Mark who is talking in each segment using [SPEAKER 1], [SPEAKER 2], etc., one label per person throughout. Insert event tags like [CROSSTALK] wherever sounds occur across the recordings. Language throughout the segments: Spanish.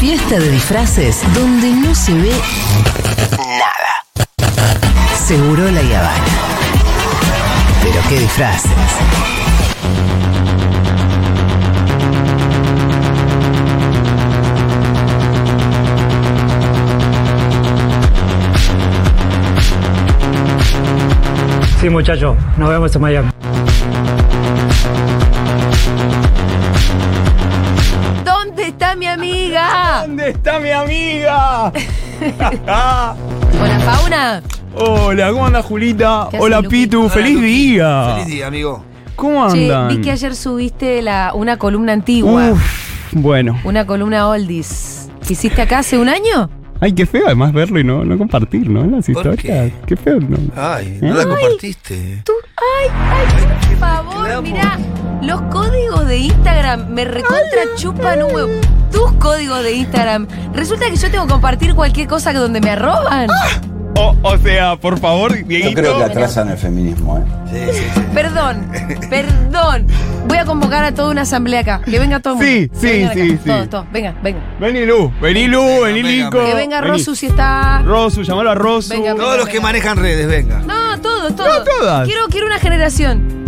[SPEAKER 1] Fiesta de disfraces donde no se ve nada. Seguro la Yavana. Pero qué disfraces.
[SPEAKER 2] Sí, muchachos, nos vemos en Miami.
[SPEAKER 3] ¿Dónde está mi amiga?
[SPEAKER 4] ¿Dónde está mi amiga? [LAUGHS]
[SPEAKER 3] Buena fauna.
[SPEAKER 4] Hola, ¿cómo anda Julita?
[SPEAKER 3] ¿Qué hace,
[SPEAKER 4] Hola
[SPEAKER 3] Luqui?
[SPEAKER 4] Pitu,
[SPEAKER 5] Hola,
[SPEAKER 4] Uh, feliz
[SPEAKER 5] Luqui.
[SPEAKER 4] día.
[SPEAKER 5] Feliz día, amigo.
[SPEAKER 4] ¿Cómo
[SPEAKER 3] Che,
[SPEAKER 4] andan?
[SPEAKER 3] vi que ayer subiste la, una columna antigua.
[SPEAKER 4] Uf, bueno.
[SPEAKER 3] Una columna oldies. ¿Que hiciste acá hace un año?
[SPEAKER 4] Ay, qué feo además verlo y no, no compartir, ¿no? Las
[SPEAKER 5] ¿Por
[SPEAKER 4] historias. Qué, feo, ¿no? ¿Eh?
[SPEAKER 5] Ay, no la compartiste.
[SPEAKER 3] Tú- Ay, ay, por favor, mirá. Los códigos de Instagram me recontra chupan un huevo. Tus códigos de Instagram. Resulta que yo tengo que compartir cualquier cosa que donde me arroban.
[SPEAKER 4] O, Oh, o sea, por favor,
[SPEAKER 6] Yo
[SPEAKER 4] Dieguito.
[SPEAKER 6] creo que atrasan el feminismo, ¿eh?
[SPEAKER 5] Sí, sí, sí.
[SPEAKER 4] [LAUGHS]
[SPEAKER 3] Perdón, perdón. Voy a convocar a toda una asamblea acá. Que venga todo el
[SPEAKER 4] Sí,
[SPEAKER 3] mundo.
[SPEAKER 4] sí,
[SPEAKER 3] Que vengan acá.
[SPEAKER 4] sí, sí.
[SPEAKER 3] Todo, todo. Venga, venga.
[SPEAKER 4] Vení Lu, vení Lu,
[SPEAKER 5] Venga,
[SPEAKER 4] vení
[SPEAKER 5] venga,
[SPEAKER 4] Lico.
[SPEAKER 5] venga.
[SPEAKER 3] Que venga
[SPEAKER 4] Vení.
[SPEAKER 3] Rosu si está.
[SPEAKER 4] Rosu, llamalo a Rosu.
[SPEAKER 3] Venga,
[SPEAKER 5] Todos los que manejan redes, venga.
[SPEAKER 3] No, todo, todo.
[SPEAKER 4] No, todas.
[SPEAKER 3] Quiero, quiero una generación.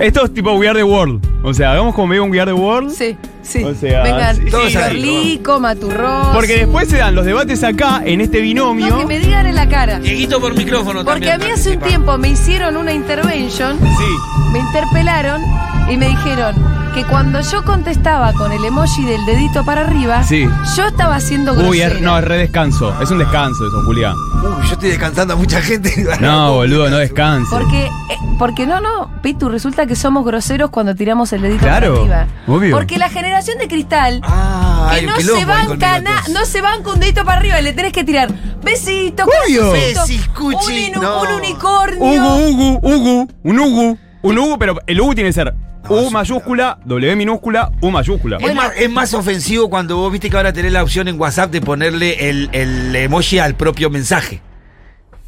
[SPEAKER 4] Esto es tipo We Are the World. O sea, hagamos como medio un We Are the World.
[SPEAKER 3] Sí, sí.
[SPEAKER 4] O sea,
[SPEAKER 3] Vengan
[SPEAKER 4] sí,
[SPEAKER 5] todos ahí.
[SPEAKER 3] Berlico, Maturros.
[SPEAKER 4] Porque después se dan los debates acá, en este
[SPEAKER 3] No,
[SPEAKER 4] binomio.
[SPEAKER 3] que me digan en la cara.
[SPEAKER 5] Dieguito por micrófono
[SPEAKER 3] Porque a mí hace un tiempo me hicieron una intervention,
[SPEAKER 4] Sí.
[SPEAKER 3] me interpelaron y me dijeron que cuando yo contestaba con el emoji del dedito para arriba,
[SPEAKER 4] Sí.
[SPEAKER 3] yo estaba haciendo
[SPEAKER 4] Uy,
[SPEAKER 3] grosera.
[SPEAKER 4] es- no, es re descanso. Es un descanso eso, Julián.
[SPEAKER 5] Uy, yo estoy descansando a mucha gente. [LAUGHS]
[SPEAKER 4] No, boludo, no descanses.
[SPEAKER 3] Porque, eh, porque no, no, Pitu, resulta que somos groseros cuando tiramos el dedito
[SPEAKER 4] Claro,
[SPEAKER 3] para arriba.
[SPEAKER 4] obvio.
[SPEAKER 3] Porque la generación de cristal
[SPEAKER 5] Ah, hay
[SPEAKER 3] que
[SPEAKER 5] un
[SPEAKER 3] no
[SPEAKER 5] quilombo
[SPEAKER 3] se
[SPEAKER 5] ahí con
[SPEAKER 3] banca
[SPEAKER 5] Miratos.
[SPEAKER 3] na- no se banca un dedito para arriba, le tenés que tirar besitos,
[SPEAKER 4] Obvio.
[SPEAKER 3] corazoncitos,
[SPEAKER 5] Besis, cuchi,
[SPEAKER 3] un, inu-
[SPEAKER 5] no.
[SPEAKER 3] un unicornio.
[SPEAKER 4] Ugu, Ugu, Ugu, un Ugu, un Ugu, pero el Ugu tiene que ser U
[SPEAKER 5] sí,
[SPEAKER 4] mayúscula, W minúscula, U mayúscula.
[SPEAKER 5] Es, más, es más ofensivo cuando vos viste que ahora tenés la opción en WhatsApp de ponerle el, el emoji al propio mensaje.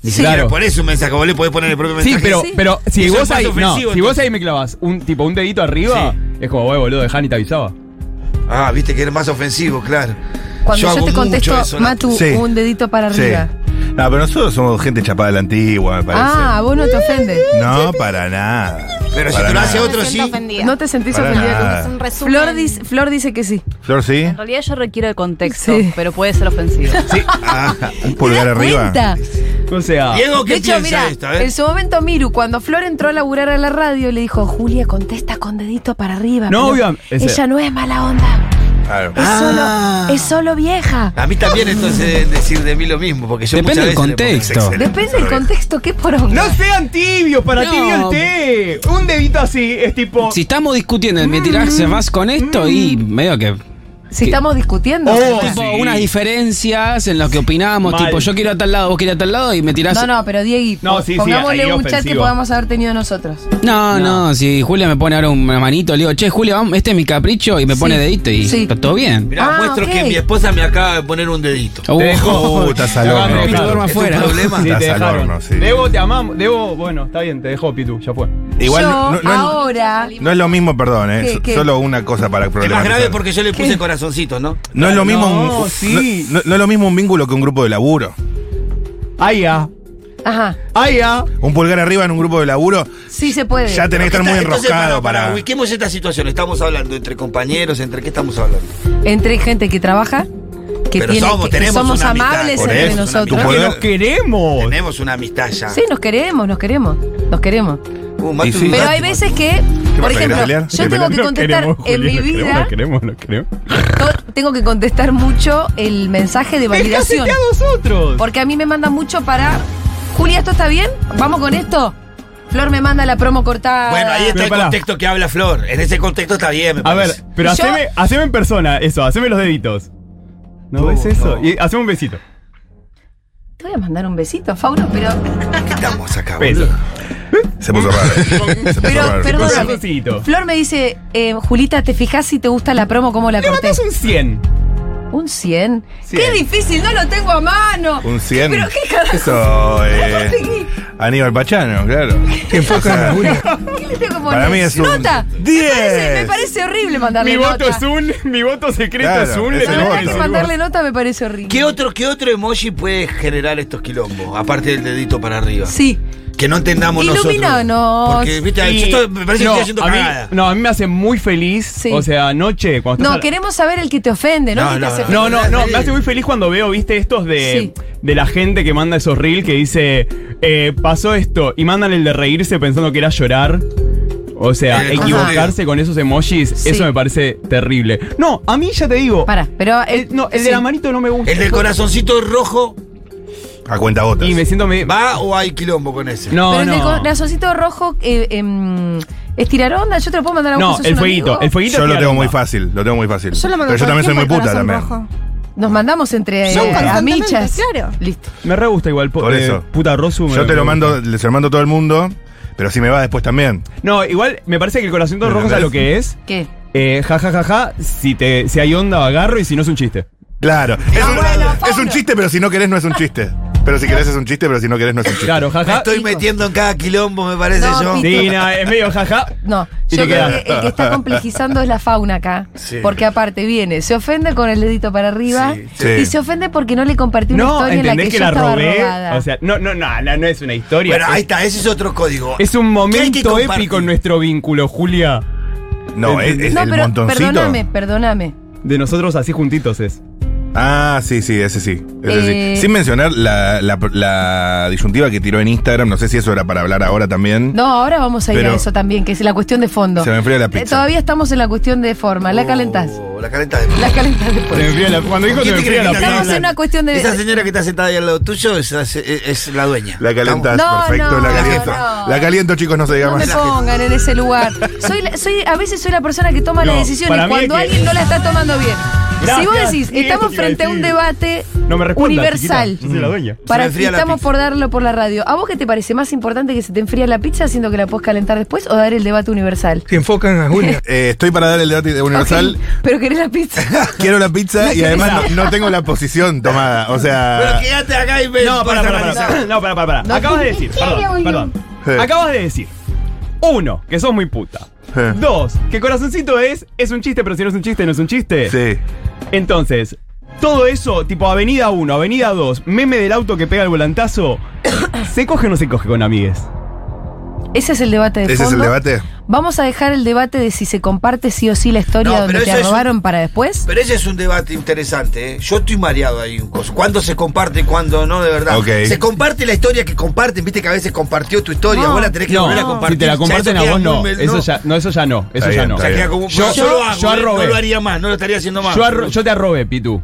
[SPEAKER 5] Ni
[SPEAKER 4] Sí.
[SPEAKER 5] siquiera
[SPEAKER 4] Claro.
[SPEAKER 5] ponés un mensaje, vos le podés poner el propio
[SPEAKER 4] Sí,
[SPEAKER 5] mensaje.
[SPEAKER 4] pero,
[SPEAKER 3] sí.
[SPEAKER 4] pero si
[SPEAKER 5] Eso es
[SPEAKER 4] vos
[SPEAKER 5] más
[SPEAKER 4] ahí, no,
[SPEAKER 5] ofensivo,
[SPEAKER 4] si vos
[SPEAKER 5] entonces.
[SPEAKER 4] ahí me clavas un tipo un dedito arriba,
[SPEAKER 5] Sí.
[SPEAKER 4] es como, "Ué, boludo, dejá ni te avisaba.
[SPEAKER 5] Ah, viste que era más ofensivo, claro.
[SPEAKER 3] Cuando yo,
[SPEAKER 5] hago
[SPEAKER 3] te
[SPEAKER 5] mucho
[SPEAKER 3] contesto,
[SPEAKER 5] eso, ¿no?
[SPEAKER 3] Matu,
[SPEAKER 7] Sí.
[SPEAKER 3] un dedito para arriba.
[SPEAKER 7] No, pero nosotros somos gente chapada a la antigua, me parece.
[SPEAKER 3] Ah, vos no te ofendes.
[SPEAKER 7] No, para nada.
[SPEAKER 5] Pero si
[SPEAKER 7] Para
[SPEAKER 5] te lo
[SPEAKER 7] nada.
[SPEAKER 5] hace otro, sí.
[SPEAKER 3] No te sentís
[SPEAKER 7] Para
[SPEAKER 3] ofendida. con-
[SPEAKER 7] nada.
[SPEAKER 8] Es un resumen.
[SPEAKER 3] Flor, dice, Flor dice que sí.
[SPEAKER 7] Flor, sí.
[SPEAKER 8] En realidad yo requiero de contexto,
[SPEAKER 3] Sí.
[SPEAKER 8] pero puede ser ofensivo.
[SPEAKER 5] Ah.
[SPEAKER 7] Un pulgar
[SPEAKER 3] ¿Te das
[SPEAKER 7] arriba.
[SPEAKER 3] cuenta?
[SPEAKER 4] O sea,
[SPEAKER 5] Diego, [LAUGHS] ¿qué
[SPEAKER 3] de hecho,
[SPEAKER 5] piensa
[SPEAKER 3] mira,
[SPEAKER 5] de esto? A ver.
[SPEAKER 3] en su momento Miru, cuando Flor entró a laburar a la radio, le dijo, Julia, contesta con dedito para arriba.
[SPEAKER 4] No,
[SPEAKER 3] pero
[SPEAKER 4] obvio, ese-
[SPEAKER 3] Ella no es mala onda.
[SPEAKER 7] Claro.
[SPEAKER 3] Es,
[SPEAKER 5] Ah.
[SPEAKER 3] solo, es solo vieja.
[SPEAKER 5] A mí también entonces deben decir de mí lo mismo, porque yo
[SPEAKER 9] Depende
[SPEAKER 5] muchas
[SPEAKER 9] del
[SPEAKER 5] veces le
[SPEAKER 9] contexto.
[SPEAKER 5] pongo sexy.
[SPEAKER 3] Depende del contexto, qué poronga.
[SPEAKER 4] no sean tibios, para
[SPEAKER 9] No.
[SPEAKER 4] tibio el té. Un dedito así es tipo
[SPEAKER 9] Si estamos discutiendo el me
[SPEAKER 3] Mm.
[SPEAKER 9] tirarse más con esto y medio que.
[SPEAKER 3] si
[SPEAKER 9] que-
[SPEAKER 3] estamos discutiendo.
[SPEAKER 4] Oh,
[SPEAKER 3] ¿verdad?
[SPEAKER 9] Tipo,
[SPEAKER 4] sí.
[SPEAKER 9] unas diferencias en las que opinamos,
[SPEAKER 4] Mal.
[SPEAKER 9] tipo, yo quiero a tal lado, vos querés a tal lado y me tirás.
[SPEAKER 3] no, no, pero Diego,
[SPEAKER 4] No,
[SPEAKER 3] po-
[SPEAKER 4] sí, sí,
[SPEAKER 3] pongámosle
[SPEAKER 4] ahí
[SPEAKER 3] un chat que
[SPEAKER 4] ofensivo.
[SPEAKER 3] podamos haber tenido nosotros.
[SPEAKER 9] no, no, si Julia me pone ahora una manito, le digo, che, Julia, vamos, este es mi capricho y me
[SPEAKER 3] Sí.
[SPEAKER 9] pone dedito y
[SPEAKER 3] Sí.
[SPEAKER 9] está todo bien.
[SPEAKER 5] Mirá,
[SPEAKER 3] Ah,
[SPEAKER 5] muestro
[SPEAKER 3] ok.
[SPEAKER 5] que mi esposa me acaba de poner un dedito.
[SPEAKER 4] Oh,
[SPEAKER 9] Uh,
[SPEAKER 4] dejo.
[SPEAKER 7] Uh, estás al
[SPEAKER 4] Te
[SPEAKER 7] horno,
[SPEAKER 4] agarro,
[SPEAKER 7] Pitu,
[SPEAKER 4] claro.
[SPEAKER 9] duerma
[SPEAKER 5] ¿Es
[SPEAKER 9] afuera.
[SPEAKER 5] un problema?
[SPEAKER 4] Sí,
[SPEAKER 7] Estás
[SPEAKER 4] te
[SPEAKER 7] al
[SPEAKER 4] dejaron.
[SPEAKER 7] horno, sí.
[SPEAKER 4] Debo, te amamos. Debo, bueno, está bien, te dejo, Pitu, ya fue.
[SPEAKER 7] Igual
[SPEAKER 3] Yo,
[SPEAKER 7] no, no- no es-
[SPEAKER 3] ahora,
[SPEAKER 7] no es, lo mismo, perdón, ¿eh?
[SPEAKER 3] ¿Qué,
[SPEAKER 7] so-
[SPEAKER 3] qué?
[SPEAKER 7] Solo una cosa para
[SPEAKER 5] Es
[SPEAKER 7] problemas.
[SPEAKER 5] más grave porque yo le puse corazoncito, ¿no?
[SPEAKER 7] No es lo mismo.
[SPEAKER 4] No,
[SPEAKER 7] un-
[SPEAKER 4] sí.
[SPEAKER 7] no- no- no es lo mismo un vínculo que un grupo de laburo.
[SPEAKER 4] Aya,
[SPEAKER 3] ajá,
[SPEAKER 4] Aya.
[SPEAKER 7] Un pulgar arriba en un grupo de laburo,
[SPEAKER 3] sí se puede.
[SPEAKER 7] ya tenés que estar muy
[SPEAKER 5] Está- entonces,
[SPEAKER 7] enroscado
[SPEAKER 5] pará, pará,
[SPEAKER 7] para.
[SPEAKER 5] Ubiquemos esta situación. Estamos hablando entre compañeros, entre qué estamos hablando.
[SPEAKER 3] Entre gente que trabaja, que,
[SPEAKER 5] Pero
[SPEAKER 3] tiene,
[SPEAKER 5] somos,
[SPEAKER 3] que- que
[SPEAKER 5] tenemos
[SPEAKER 3] somos
[SPEAKER 5] una amistad,
[SPEAKER 3] amables
[SPEAKER 7] por
[SPEAKER 3] entre
[SPEAKER 7] eso, es una
[SPEAKER 3] nosotros.
[SPEAKER 7] amistad.
[SPEAKER 4] Que
[SPEAKER 7] Poder-
[SPEAKER 4] nos queremos.
[SPEAKER 5] Tenemos una amistad ya.
[SPEAKER 3] Sí, nos queremos, nos queremos, nos queremos.
[SPEAKER 5] Uh, Matu,
[SPEAKER 7] Y sí.
[SPEAKER 3] Pero
[SPEAKER 5] Matu,
[SPEAKER 3] hay veces que, por
[SPEAKER 7] pasa,
[SPEAKER 3] ejemplo,
[SPEAKER 7] querés pelear?
[SPEAKER 3] yo tengo que contestar en mi vida,
[SPEAKER 4] queremos,
[SPEAKER 3] [LAUGHS]
[SPEAKER 4] lo queremos.
[SPEAKER 3] to- tengo que contestar mucho el mensaje de validación.
[SPEAKER 4] a nosotros!
[SPEAKER 3] Porque a mí me manda mucho para, Julia, ¿esto está bien? ¿Vamos con esto? Flor me manda la promo cortada.
[SPEAKER 5] Bueno, ahí está
[SPEAKER 4] Pero
[SPEAKER 5] el
[SPEAKER 4] pará.
[SPEAKER 5] contexto que habla Flor. En ese contexto está bien, me
[SPEAKER 4] A ver,
[SPEAKER 5] parece.
[SPEAKER 4] pero
[SPEAKER 3] Yo-
[SPEAKER 4] haceme, haceme en persona eso, haceme los deditos. ¿No
[SPEAKER 5] No,
[SPEAKER 4] ves eso?
[SPEAKER 5] no.
[SPEAKER 4] Y haceme un besito.
[SPEAKER 3] Te voy a mandar un besito, Fauno, pero...
[SPEAKER 5] ¿Qué estamos acá,
[SPEAKER 4] Beso.
[SPEAKER 5] boludo?
[SPEAKER 7] Se puso raro. Se puso
[SPEAKER 3] Pero,
[SPEAKER 7] raro.
[SPEAKER 3] perdón.
[SPEAKER 4] Un besito.
[SPEAKER 3] Flor me dice, eh, Julita, ¿te fijas si te gusta la promo? ¿Cómo la
[SPEAKER 4] Le
[SPEAKER 3] corté?
[SPEAKER 4] mandás un 100.
[SPEAKER 3] Un 100.
[SPEAKER 4] Cien.
[SPEAKER 3] Qué difícil, no lo tengo a mano.
[SPEAKER 7] Un 100.
[SPEAKER 3] Pero qué carajo. [LAUGHS]
[SPEAKER 7] Eso, eh,
[SPEAKER 3] Aparte, ¿qué?
[SPEAKER 7] Aníbal Pachano, claro.
[SPEAKER 2] Que fue con la una.
[SPEAKER 3] ¿Qué le tengo que poner?
[SPEAKER 7] Para mí es un
[SPEAKER 3] ¡Nota!
[SPEAKER 7] diez.
[SPEAKER 3] Me parece, me parece horrible mandarle
[SPEAKER 4] Mi
[SPEAKER 3] nota.
[SPEAKER 4] voto es un, mi voto secreto
[SPEAKER 7] Claro,
[SPEAKER 4] es un.
[SPEAKER 7] es
[SPEAKER 4] le
[SPEAKER 7] el
[SPEAKER 3] La
[SPEAKER 4] tengo
[SPEAKER 3] verdad
[SPEAKER 7] voto.
[SPEAKER 3] que mandarle nota me parece horrible.
[SPEAKER 5] ¿Qué otro, ¿Qué otro emoji puede generar estos quilombos? Aparte del dedito para arriba.
[SPEAKER 3] Sí.
[SPEAKER 5] Que no entendamos
[SPEAKER 3] Iluminanos.
[SPEAKER 5] nosotros. Porque, viste,
[SPEAKER 4] Y-
[SPEAKER 5] esto me parece
[SPEAKER 4] no,
[SPEAKER 5] que estoy haciendo
[SPEAKER 4] a mí-
[SPEAKER 5] cagada.
[SPEAKER 4] No, a mí me hace muy feliz.
[SPEAKER 3] Sí.
[SPEAKER 4] O sea, anoche cuando estás
[SPEAKER 3] No,
[SPEAKER 4] a-
[SPEAKER 3] queremos saber el que te ofende, ¿no?
[SPEAKER 5] No,
[SPEAKER 3] el que
[SPEAKER 5] no,
[SPEAKER 3] te hace
[SPEAKER 5] no.
[SPEAKER 4] No, no, no, me hace muy feliz cuando veo, viste, estos de,
[SPEAKER 3] Sí.
[SPEAKER 4] de la gente que manda esos reels que dice, eh, pasó esto, y mandan el de reírse pensando que era llorar. O sea,
[SPEAKER 5] Eh,
[SPEAKER 4] equivocarse con esos emojis,
[SPEAKER 3] Sí.
[SPEAKER 4] eso me parece terrible. No, a mí ya te digo.
[SPEAKER 3] Para, pero eh,
[SPEAKER 4] el, Eh, no, el
[SPEAKER 3] sí.
[SPEAKER 4] de la manito no me gusta.
[SPEAKER 5] ¿El del corazoncito rojo
[SPEAKER 7] A cuenta gotas.
[SPEAKER 4] Y me siento medio.
[SPEAKER 5] va o hay quilombo con ese?
[SPEAKER 4] No,
[SPEAKER 3] pero el del
[SPEAKER 4] no.
[SPEAKER 3] corazoncito rojo eh, em, es tiraronda, yo te lo puedo mandar a vos
[SPEAKER 4] no,
[SPEAKER 3] que sos
[SPEAKER 4] el
[SPEAKER 3] un
[SPEAKER 4] fueguito,
[SPEAKER 3] amigo.
[SPEAKER 4] el fueguito.
[SPEAKER 7] Yo lo
[SPEAKER 4] tira
[SPEAKER 7] tengo
[SPEAKER 4] la
[SPEAKER 7] muy
[SPEAKER 4] onda.
[SPEAKER 7] fácil, lo tengo muy fácil.
[SPEAKER 10] Yo lo mando
[SPEAKER 7] Pero yo
[SPEAKER 10] todo el
[SPEAKER 7] también soy muy
[SPEAKER 10] tiempo al
[SPEAKER 7] puta
[SPEAKER 10] corazón
[SPEAKER 7] también.
[SPEAKER 10] rojo.
[SPEAKER 3] Nos mandamos entre
[SPEAKER 10] Yo
[SPEAKER 3] eh,
[SPEAKER 10] constantemente,
[SPEAKER 3] amichas.
[SPEAKER 10] claro.
[SPEAKER 3] Listo.
[SPEAKER 4] Me re gusta igual. po-
[SPEAKER 7] Por
[SPEAKER 4] eh,
[SPEAKER 7] eso.
[SPEAKER 4] puta Rosu. me-
[SPEAKER 7] Yo te
[SPEAKER 4] me
[SPEAKER 7] lo
[SPEAKER 4] gusta.
[SPEAKER 7] mando, se lo mando a todo el mundo, pero si me va después también.
[SPEAKER 4] No, igual me parece que el corazón rojo es a lo que es.
[SPEAKER 3] ¿Qué?
[SPEAKER 4] Eh, ja, ja, ja, ja, si, te, si hay onda, agarro y si no es un chiste.
[SPEAKER 7] Claro. Es, un,
[SPEAKER 3] bueno,
[SPEAKER 7] es un chiste, pero si no querés no es un chiste. Pero si querés es un chiste, pero si no querés no es un chiste.
[SPEAKER 4] Claro,
[SPEAKER 5] Me
[SPEAKER 4] jaja.
[SPEAKER 5] estoy metiendo en cada quilombo, me parece
[SPEAKER 3] No,
[SPEAKER 5] yo.
[SPEAKER 3] Pitu.
[SPEAKER 4] Sí, nada, es medio jaja.
[SPEAKER 3] No,
[SPEAKER 4] Y
[SPEAKER 3] yo
[SPEAKER 4] te
[SPEAKER 3] creo
[SPEAKER 4] quedas.
[SPEAKER 3] que el que está complejizando es la fauna acá.
[SPEAKER 5] Sí.
[SPEAKER 3] Porque aparte viene, se ofende con el dedito para arriba
[SPEAKER 5] Sí,
[SPEAKER 7] sí.
[SPEAKER 3] y se ofende porque no le compartí una
[SPEAKER 4] No,
[SPEAKER 3] historia en la
[SPEAKER 4] entendés
[SPEAKER 3] que,
[SPEAKER 4] que,
[SPEAKER 3] yo
[SPEAKER 4] la
[SPEAKER 3] estaba
[SPEAKER 4] robé.
[SPEAKER 3] robada.
[SPEAKER 4] O sea, no, no, no, no, no es una historia.
[SPEAKER 5] Bueno,
[SPEAKER 4] es,
[SPEAKER 5] ahí está, ese es otro código.
[SPEAKER 4] es un
[SPEAKER 5] ¿Qué hay que
[SPEAKER 4] momento
[SPEAKER 5] compartir?
[SPEAKER 4] épico en nuestro vínculo, Julia.
[SPEAKER 7] No, es, es
[SPEAKER 3] no,
[SPEAKER 7] el
[SPEAKER 3] pero
[SPEAKER 7] montoncito.
[SPEAKER 3] perdóname, perdóname.
[SPEAKER 4] De nosotros así juntitos es.
[SPEAKER 7] Ah, sí, sí, ese sí. ese
[SPEAKER 3] Eh.
[SPEAKER 7] sí. Sin mencionar la, la- la disyuntiva que tiró en Instagram, no sé si eso era para hablar ahora también.
[SPEAKER 3] No, ahora vamos a ir
[SPEAKER 7] Pero-
[SPEAKER 3] a eso también, que es la cuestión de fondo.
[SPEAKER 7] Se me enfría la
[SPEAKER 3] Eh,
[SPEAKER 7] pizza.
[SPEAKER 3] todavía estamos en la cuestión de forma, la
[SPEAKER 5] Oh,
[SPEAKER 3] calentás.
[SPEAKER 5] La calentás.
[SPEAKER 3] La calentás después.
[SPEAKER 4] Se
[SPEAKER 7] Pues,
[SPEAKER 4] me enfría la- cuando dijo se
[SPEAKER 5] ¿Quién
[SPEAKER 4] me
[SPEAKER 5] te
[SPEAKER 4] enfría
[SPEAKER 5] cree
[SPEAKER 4] la
[SPEAKER 5] que te
[SPEAKER 4] pierna.
[SPEAKER 3] Estamos en una cuestión de.
[SPEAKER 5] Esa señora que está sentada ahí al lado tuyo es, es- es la dueña.
[SPEAKER 7] La calentás,
[SPEAKER 3] No,
[SPEAKER 7] perfecto,
[SPEAKER 3] no,
[SPEAKER 7] la caliento.
[SPEAKER 3] no.
[SPEAKER 7] La caliento, chicos, no se diga
[SPEAKER 3] No me
[SPEAKER 7] más.
[SPEAKER 3] pongan en ese lugar. Soy, la- soy, a veces soy la persona que toma
[SPEAKER 4] No,
[SPEAKER 3] las decisiones
[SPEAKER 4] para mí
[SPEAKER 3] cuando
[SPEAKER 4] es que-
[SPEAKER 3] alguien no la está tomando bien. si vos
[SPEAKER 4] Gracias,
[SPEAKER 3] decís,
[SPEAKER 4] sí,
[SPEAKER 3] estamos
[SPEAKER 4] eso te iba a
[SPEAKER 3] frente a un
[SPEAKER 4] decir.
[SPEAKER 3] debate
[SPEAKER 4] No me respondas,
[SPEAKER 3] universal.
[SPEAKER 4] chiquita, yo soy la dueña.
[SPEAKER 3] Para que
[SPEAKER 5] Mm. Se me enfría la
[SPEAKER 3] estamos
[SPEAKER 5] pizza.
[SPEAKER 3] por darlo por la radio. ¿A vos qué te parece más importante que se te enfríe la pizza haciendo que la puedas calentar después o dar el debate universal?
[SPEAKER 2] Se enfocan a una.
[SPEAKER 7] [LAUGHS] Eh, estoy para dar el debate de Universal.
[SPEAKER 3] Ok, [LAUGHS] Pero querés la pizza.
[SPEAKER 5] [LAUGHS]
[SPEAKER 7] Quiero la pizza y además no, no tengo la posición tomada. O
[SPEAKER 5] Pero
[SPEAKER 7] sea.
[SPEAKER 5] quédate acá y me
[SPEAKER 4] No, para, para, para,
[SPEAKER 5] analizar.
[SPEAKER 4] para. No, para, para, para.
[SPEAKER 3] No,
[SPEAKER 4] Acabas de
[SPEAKER 3] ¿qué
[SPEAKER 4] decir,
[SPEAKER 10] quiere,
[SPEAKER 4] perdón,
[SPEAKER 10] boludo?
[SPEAKER 4] perdón.
[SPEAKER 7] Sí.
[SPEAKER 5] Eh.
[SPEAKER 4] Acabas de decir, uno, que sos muy puta.
[SPEAKER 7] Sí.
[SPEAKER 5] Eh.
[SPEAKER 4] Dos, que corazoncito es, es un chiste, pero si no es un chiste, no es un chiste.
[SPEAKER 7] Sí.
[SPEAKER 4] Entonces, todo eso, tipo Avenida 1, Avenida 2, meme del auto que pega el volantazo,
[SPEAKER 3] [COUGHS]
[SPEAKER 4] ¿se coge o no se coge con amigues?
[SPEAKER 3] Ese es el debate de
[SPEAKER 7] ¿Ese es el
[SPEAKER 3] fondo.
[SPEAKER 7] debate?
[SPEAKER 3] Vamos a dejar el debate de si se comparte sí o sí la historia
[SPEAKER 5] No,
[SPEAKER 3] donde
[SPEAKER 5] pero eso
[SPEAKER 3] te
[SPEAKER 5] es un-
[SPEAKER 3] robaron para después.
[SPEAKER 5] Pero ese es un debate interesante, ¿eh? Yo estoy mareado ahí un coso. ¿Cuándo se comparte y cuándo no, de verdad?
[SPEAKER 7] Ok.
[SPEAKER 5] Se comparte la historia que comparten, viste que a veces compartió tu historia,
[SPEAKER 3] No.
[SPEAKER 5] vos la tenés que volver a compartir.
[SPEAKER 4] si te la comparten
[SPEAKER 5] Ya
[SPEAKER 4] a
[SPEAKER 5] eso
[SPEAKER 4] vos,
[SPEAKER 5] queda
[SPEAKER 4] no.
[SPEAKER 5] muy mel-
[SPEAKER 4] Eso ya no, eso ya no. Eso
[SPEAKER 7] Está
[SPEAKER 4] ya
[SPEAKER 7] bien,
[SPEAKER 4] no.
[SPEAKER 7] está
[SPEAKER 5] Ya queda
[SPEAKER 7] bien.
[SPEAKER 5] como-
[SPEAKER 4] Yo-
[SPEAKER 5] yo, lo hago,
[SPEAKER 4] yo
[SPEAKER 5] ¿eh?
[SPEAKER 4] arrobé.
[SPEAKER 5] no lo haría más, no lo estaría haciendo más.
[SPEAKER 4] Yo, arro- yo te arrobé, Pitu.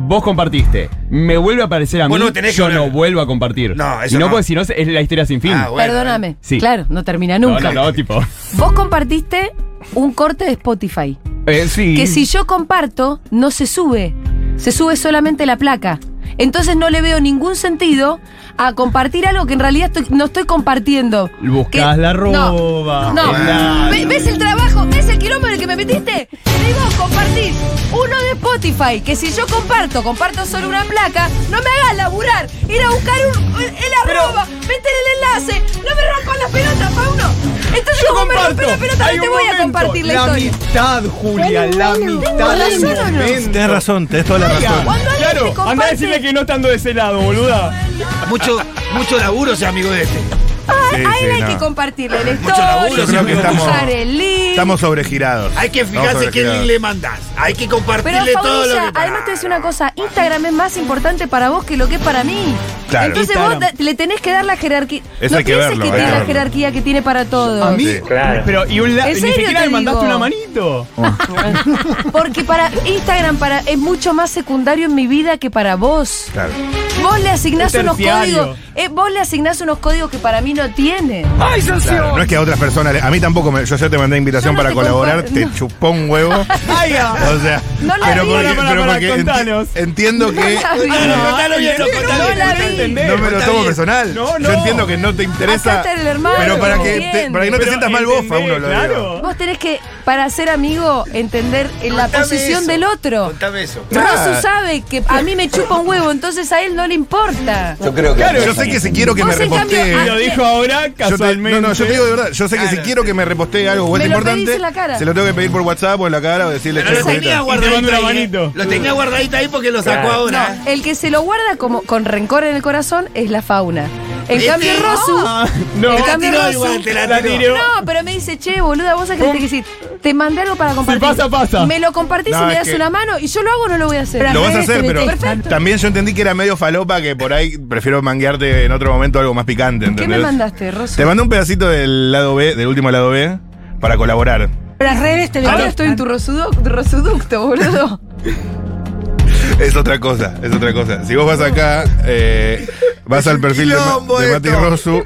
[SPEAKER 4] Vos compartiste. Me vuelve a aparecer a mí.
[SPEAKER 5] Vos no tenés que
[SPEAKER 4] yo
[SPEAKER 5] hablar.
[SPEAKER 4] no vuelvo a compartir.
[SPEAKER 5] No, eso
[SPEAKER 4] Y no,
[SPEAKER 5] no.
[SPEAKER 4] porque si no es es la historia sin fin.
[SPEAKER 5] Ah, bueno,
[SPEAKER 3] Perdóname.
[SPEAKER 4] eh, Sí.
[SPEAKER 3] Claro, no termina
[SPEAKER 4] No,
[SPEAKER 3] nunca.
[SPEAKER 4] No, no, tipo.
[SPEAKER 3] Vos compartiste un corte de Spotify.
[SPEAKER 4] Eh, sí.
[SPEAKER 3] Que si yo comparto, no se sube. Se sube solamente la placa. Entonces no le veo ningún sentido a compartir algo que en realidad estoy- no estoy compartiendo.
[SPEAKER 4] Buscás
[SPEAKER 3] Que-
[SPEAKER 4] la
[SPEAKER 3] No.
[SPEAKER 4] roba.
[SPEAKER 3] No.
[SPEAKER 4] Claro.
[SPEAKER 3] Ve- ¿Ves el trabajo? ¿Ves el kilómetro en el que me metiste? Te digo, compartís uno de Spotify, que si yo comparto, comparto solo una placa, no me hagas laburar, ir a buscar un, el arroba, meter el enlace, no me rompan las pelotas, Fauno. Entonces,
[SPEAKER 4] Yo
[SPEAKER 3] como me
[SPEAKER 4] comparto.
[SPEAKER 3] rompí la pelota,
[SPEAKER 4] Hay
[SPEAKER 3] no te
[SPEAKER 4] un
[SPEAKER 3] voy a
[SPEAKER 4] momento.
[SPEAKER 3] compartir la,
[SPEAKER 4] La
[SPEAKER 3] historia.
[SPEAKER 4] mitad, Julia,
[SPEAKER 10] Bueno,
[SPEAKER 4] la
[SPEAKER 10] bueno.
[SPEAKER 4] mitad del
[SPEAKER 3] ¿Tengo razón o no?
[SPEAKER 4] momento.
[SPEAKER 7] Tienes razón, tenés toda la
[SPEAKER 3] Cuando alguien te
[SPEAKER 4] Claro,
[SPEAKER 3] comparte-
[SPEAKER 4] andá a decirle que no estando de ese lado, boluda.
[SPEAKER 5] mucho, mucho laburo ese amigo de este.
[SPEAKER 3] Ah,
[SPEAKER 7] Sí,
[SPEAKER 3] ahí
[SPEAKER 7] sí,
[SPEAKER 3] hay
[SPEAKER 7] no.
[SPEAKER 3] que compartirle la
[SPEAKER 5] Mucho laburo,
[SPEAKER 3] historia,
[SPEAKER 5] yo creo que
[SPEAKER 7] estamos-
[SPEAKER 3] usar el link.
[SPEAKER 7] Estamos sobregirados.
[SPEAKER 5] Hay que
[SPEAKER 7] Estamos
[SPEAKER 5] fijarse qué
[SPEAKER 7] sobregirados.
[SPEAKER 5] link le mandás. Hay que
[SPEAKER 3] Pero
[SPEAKER 5] compartirle todo lo
[SPEAKER 3] Faunilla,
[SPEAKER 5] que.
[SPEAKER 3] además te voy a decir una cosa, Instagram es más importante para vos que lo que es para mí.
[SPEAKER 7] Claro.
[SPEAKER 3] Entonces
[SPEAKER 4] Instagram.
[SPEAKER 3] vos da- le tenés que dar la jerarquía.
[SPEAKER 7] Eso
[SPEAKER 3] no
[SPEAKER 7] hay que
[SPEAKER 3] pienses
[SPEAKER 7] verlo,
[SPEAKER 3] que
[SPEAKER 7] hay
[SPEAKER 3] tiene
[SPEAKER 7] que
[SPEAKER 3] la
[SPEAKER 7] verlo.
[SPEAKER 3] jerarquía que tiene para todos.
[SPEAKER 4] A mí,
[SPEAKER 7] Sí.
[SPEAKER 4] pero y un la-
[SPEAKER 3] ¿En
[SPEAKER 4] ni
[SPEAKER 3] serio
[SPEAKER 4] siquiera
[SPEAKER 3] te
[SPEAKER 4] me mandaste
[SPEAKER 3] digo?
[SPEAKER 4] una manito.
[SPEAKER 3] Porque para Instagram para, es mucho más secundario en mi vida que para vos.
[SPEAKER 7] Claro.
[SPEAKER 3] Vos le asignás
[SPEAKER 4] Es
[SPEAKER 3] unos
[SPEAKER 4] terciario.
[SPEAKER 3] códigos. eh, vos le asignás unos códigos que para mí no tiene.
[SPEAKER 7] Ah.
[SPEAKER 5] ¡Ay, sanción!
[SPEAKER 7] Claro, no es que a otras personas. le- A mí tampoco. me- yo ayer te mandé invitación
[SPEAKER 3] Yo no
[SPEAKER 7] para
[SPEAKER 3] te
[SPEAKER 7] colaborar,
[SPEAKER 3] compa-
[SPEAKER 7] te
[SPEAKER 3] no.
[SPEAKER 7] chupó un huevo.
[SPEAKER 4] Ay, ah.
[SPEAKER 7] o sea,
[SPEAKER 3] No la
[SPEAKER 7] pero
[SPEAKER 3] vi.
[SPEAKER 7] porque,
[SPEAKER 4] Pará, pará,
[SPEAKER 7] pero
[SPEAKER 4] pará,
[SPEAKER 7] porque enti-
[SPEAKER 4] contanos.
[SPEAKER 7] entiendo que.
[SPEAKER 3] No la vi.
[SPEAKER 5] contalo bien, no, contalo
[SPEAKER 3] No
[SPEAKER 5] bien,
[SPEAKER 3] la
[SPEAKER 5] contalo
[SPEAKER 3] vi.
[SPEAKER 5] bien.
[SPEAKER 7] No me lo
[SPEAKER 5] Está
[SPEAKER 7] tomo
[SPEAKER 5] bien.
[SPEAKER 7] personal.
[SPEAKER 4] No,
[SPEAKER 7] Yo
[SPEAKER 4] no.
[SPEAKER 7] entiendo que no te interesa.
[SPEAKER 3] Acá está el hermano,
[SPEAKER 7] pero para que, te-
[SPEAKER 3] entiende.
[SPEAKER 7] para que no te
[SPEAKER 4] Pero
[SPEAKER 7] sientas mal bofa,
[SPEAKER 4] entendé,
[SPEAKER 7] uno lo
[SPEAKER 4] claro.
[SPEAKER 7] digo.
[SPEAKER 3] Vos tenés que, para ser amigo, entender la
[SPEAKER 5] Contame
[SPEAKER 3] posición
[SPEAKER 5] eso.
[SPEAKER 3] del otro.
[SPEAKER 5] Contame eso.
[SPEAKER 7] Ah.
[SPEAKER 3] Rosu sabe que a mí me chupa un huevo, entonces a él no le importa.
[SPEAKER 6] Yo creo que.
[SPEAKER 7] Yo sé que si quiero que
[SPEAKER 3] Vos,
[SPEAKER 7] me
[SPEAKER 3] en cambio,
[SPEAKER 7] repostee.
[SPEAKER 3] ah,
[SPEAKER 4] Lo dijo ahora
[SPEAKER 7] Yo te-
[SPEAKER 4] casualmente.
[SPEAKER 7] no, no, yo te digo de verdad. Yo sé que si
[SPEAKER 5] Claro.
[SPEAKER 7] quiero que me repostee algo bueno
[SPEAKER 3] Me lo pedís
[SPEAKER 7] importante,
[SPEAKER 3] en la cara.
[SPEAKER 7] se lo tengo que pedir por WhatsApp o en la cara o decirle
[SPEAKER 5] Pero lo
[SPEAKER 7] "Che,
[SPEAKER 4] Y
[SPEAKER 5] tenía
[SPEAKER 7] Julieta".
[SPEAKER 4] te mando
[SPEAKER 5] guardadito
[SPEAKER 4] una
[SPEAKER 5] ahí.
[SPEAKER 4] manito.
[SPEAKER 5] ¿eh? Lo tenía guardadito ahí porque lo sacó
[SPEAKER 3] No,
[SPEAKER 5] ahora. ¿eh?
[SPEAKER 3] el que se lo guarda como con rencor en el corazón es la fauna. En
[SPEAKER 5] Este-
[SPEAKER 3] cambio, Rosu.
[SPEAKER 4] Ah, no.
[SPEAKER 3] en
[SPEAKER 5] la
[SPEAKER 3] cambio,
[SPEAKER 5] tiró
[SPEAKER 3] Rosu-
[SPEAKER 5] igual, te la tiró.
[SPEAKER 4] tiró.
[SPEAKER 3] No, pero me dice, che, boluda, vos sabés que te decir, te mandé algo para compartir.
[SPEAKER 4] pasa, pasa.
[SPEAKER 3] Me lo compartís
[SPEAKER 7] No,
[SPEAKER 3] y me
[SPEAKER 7] es
[SPEAKER 3] das
[SPEAKER 7] que-
[SPEAKER 3] una mano y yo lo hago o no lo voy a hacer.
[SPEAKER 7] Lo vas a hacer, pero
[SPEAKER 3] Perfecto.
[SPEAKER 7] también yo entendí que era medio falopa, que por ahí prefiero manguearte en otro momento algo más picante,
[SPEAKER 3] ¿Qué
[SPEAKER 7] ¿entendés?
[SPEAKER 3] me mandaste, Rosu?
[SPEAKER 7] Te mandé un pedacito del lado B, del último lado B, para colaborar.
[SPEAKER 10] Las redes te lo
[SPEAKER 3] Ahora estoy en tu rosuduc- rosuducto,
[SPEAKER 7] [LAUGHS]
[SPEAKER 3] boludo.
[SPEAKER 7] Es otra cosa, es otra cosa. Si vos vas acá, eh, vas al perfil de, Ma-
[SPEAKER 5] quilombo
[SPEAKER 7] de Mati
[SPEAKER 5] esto.
[SPEAKER 7] Rosu,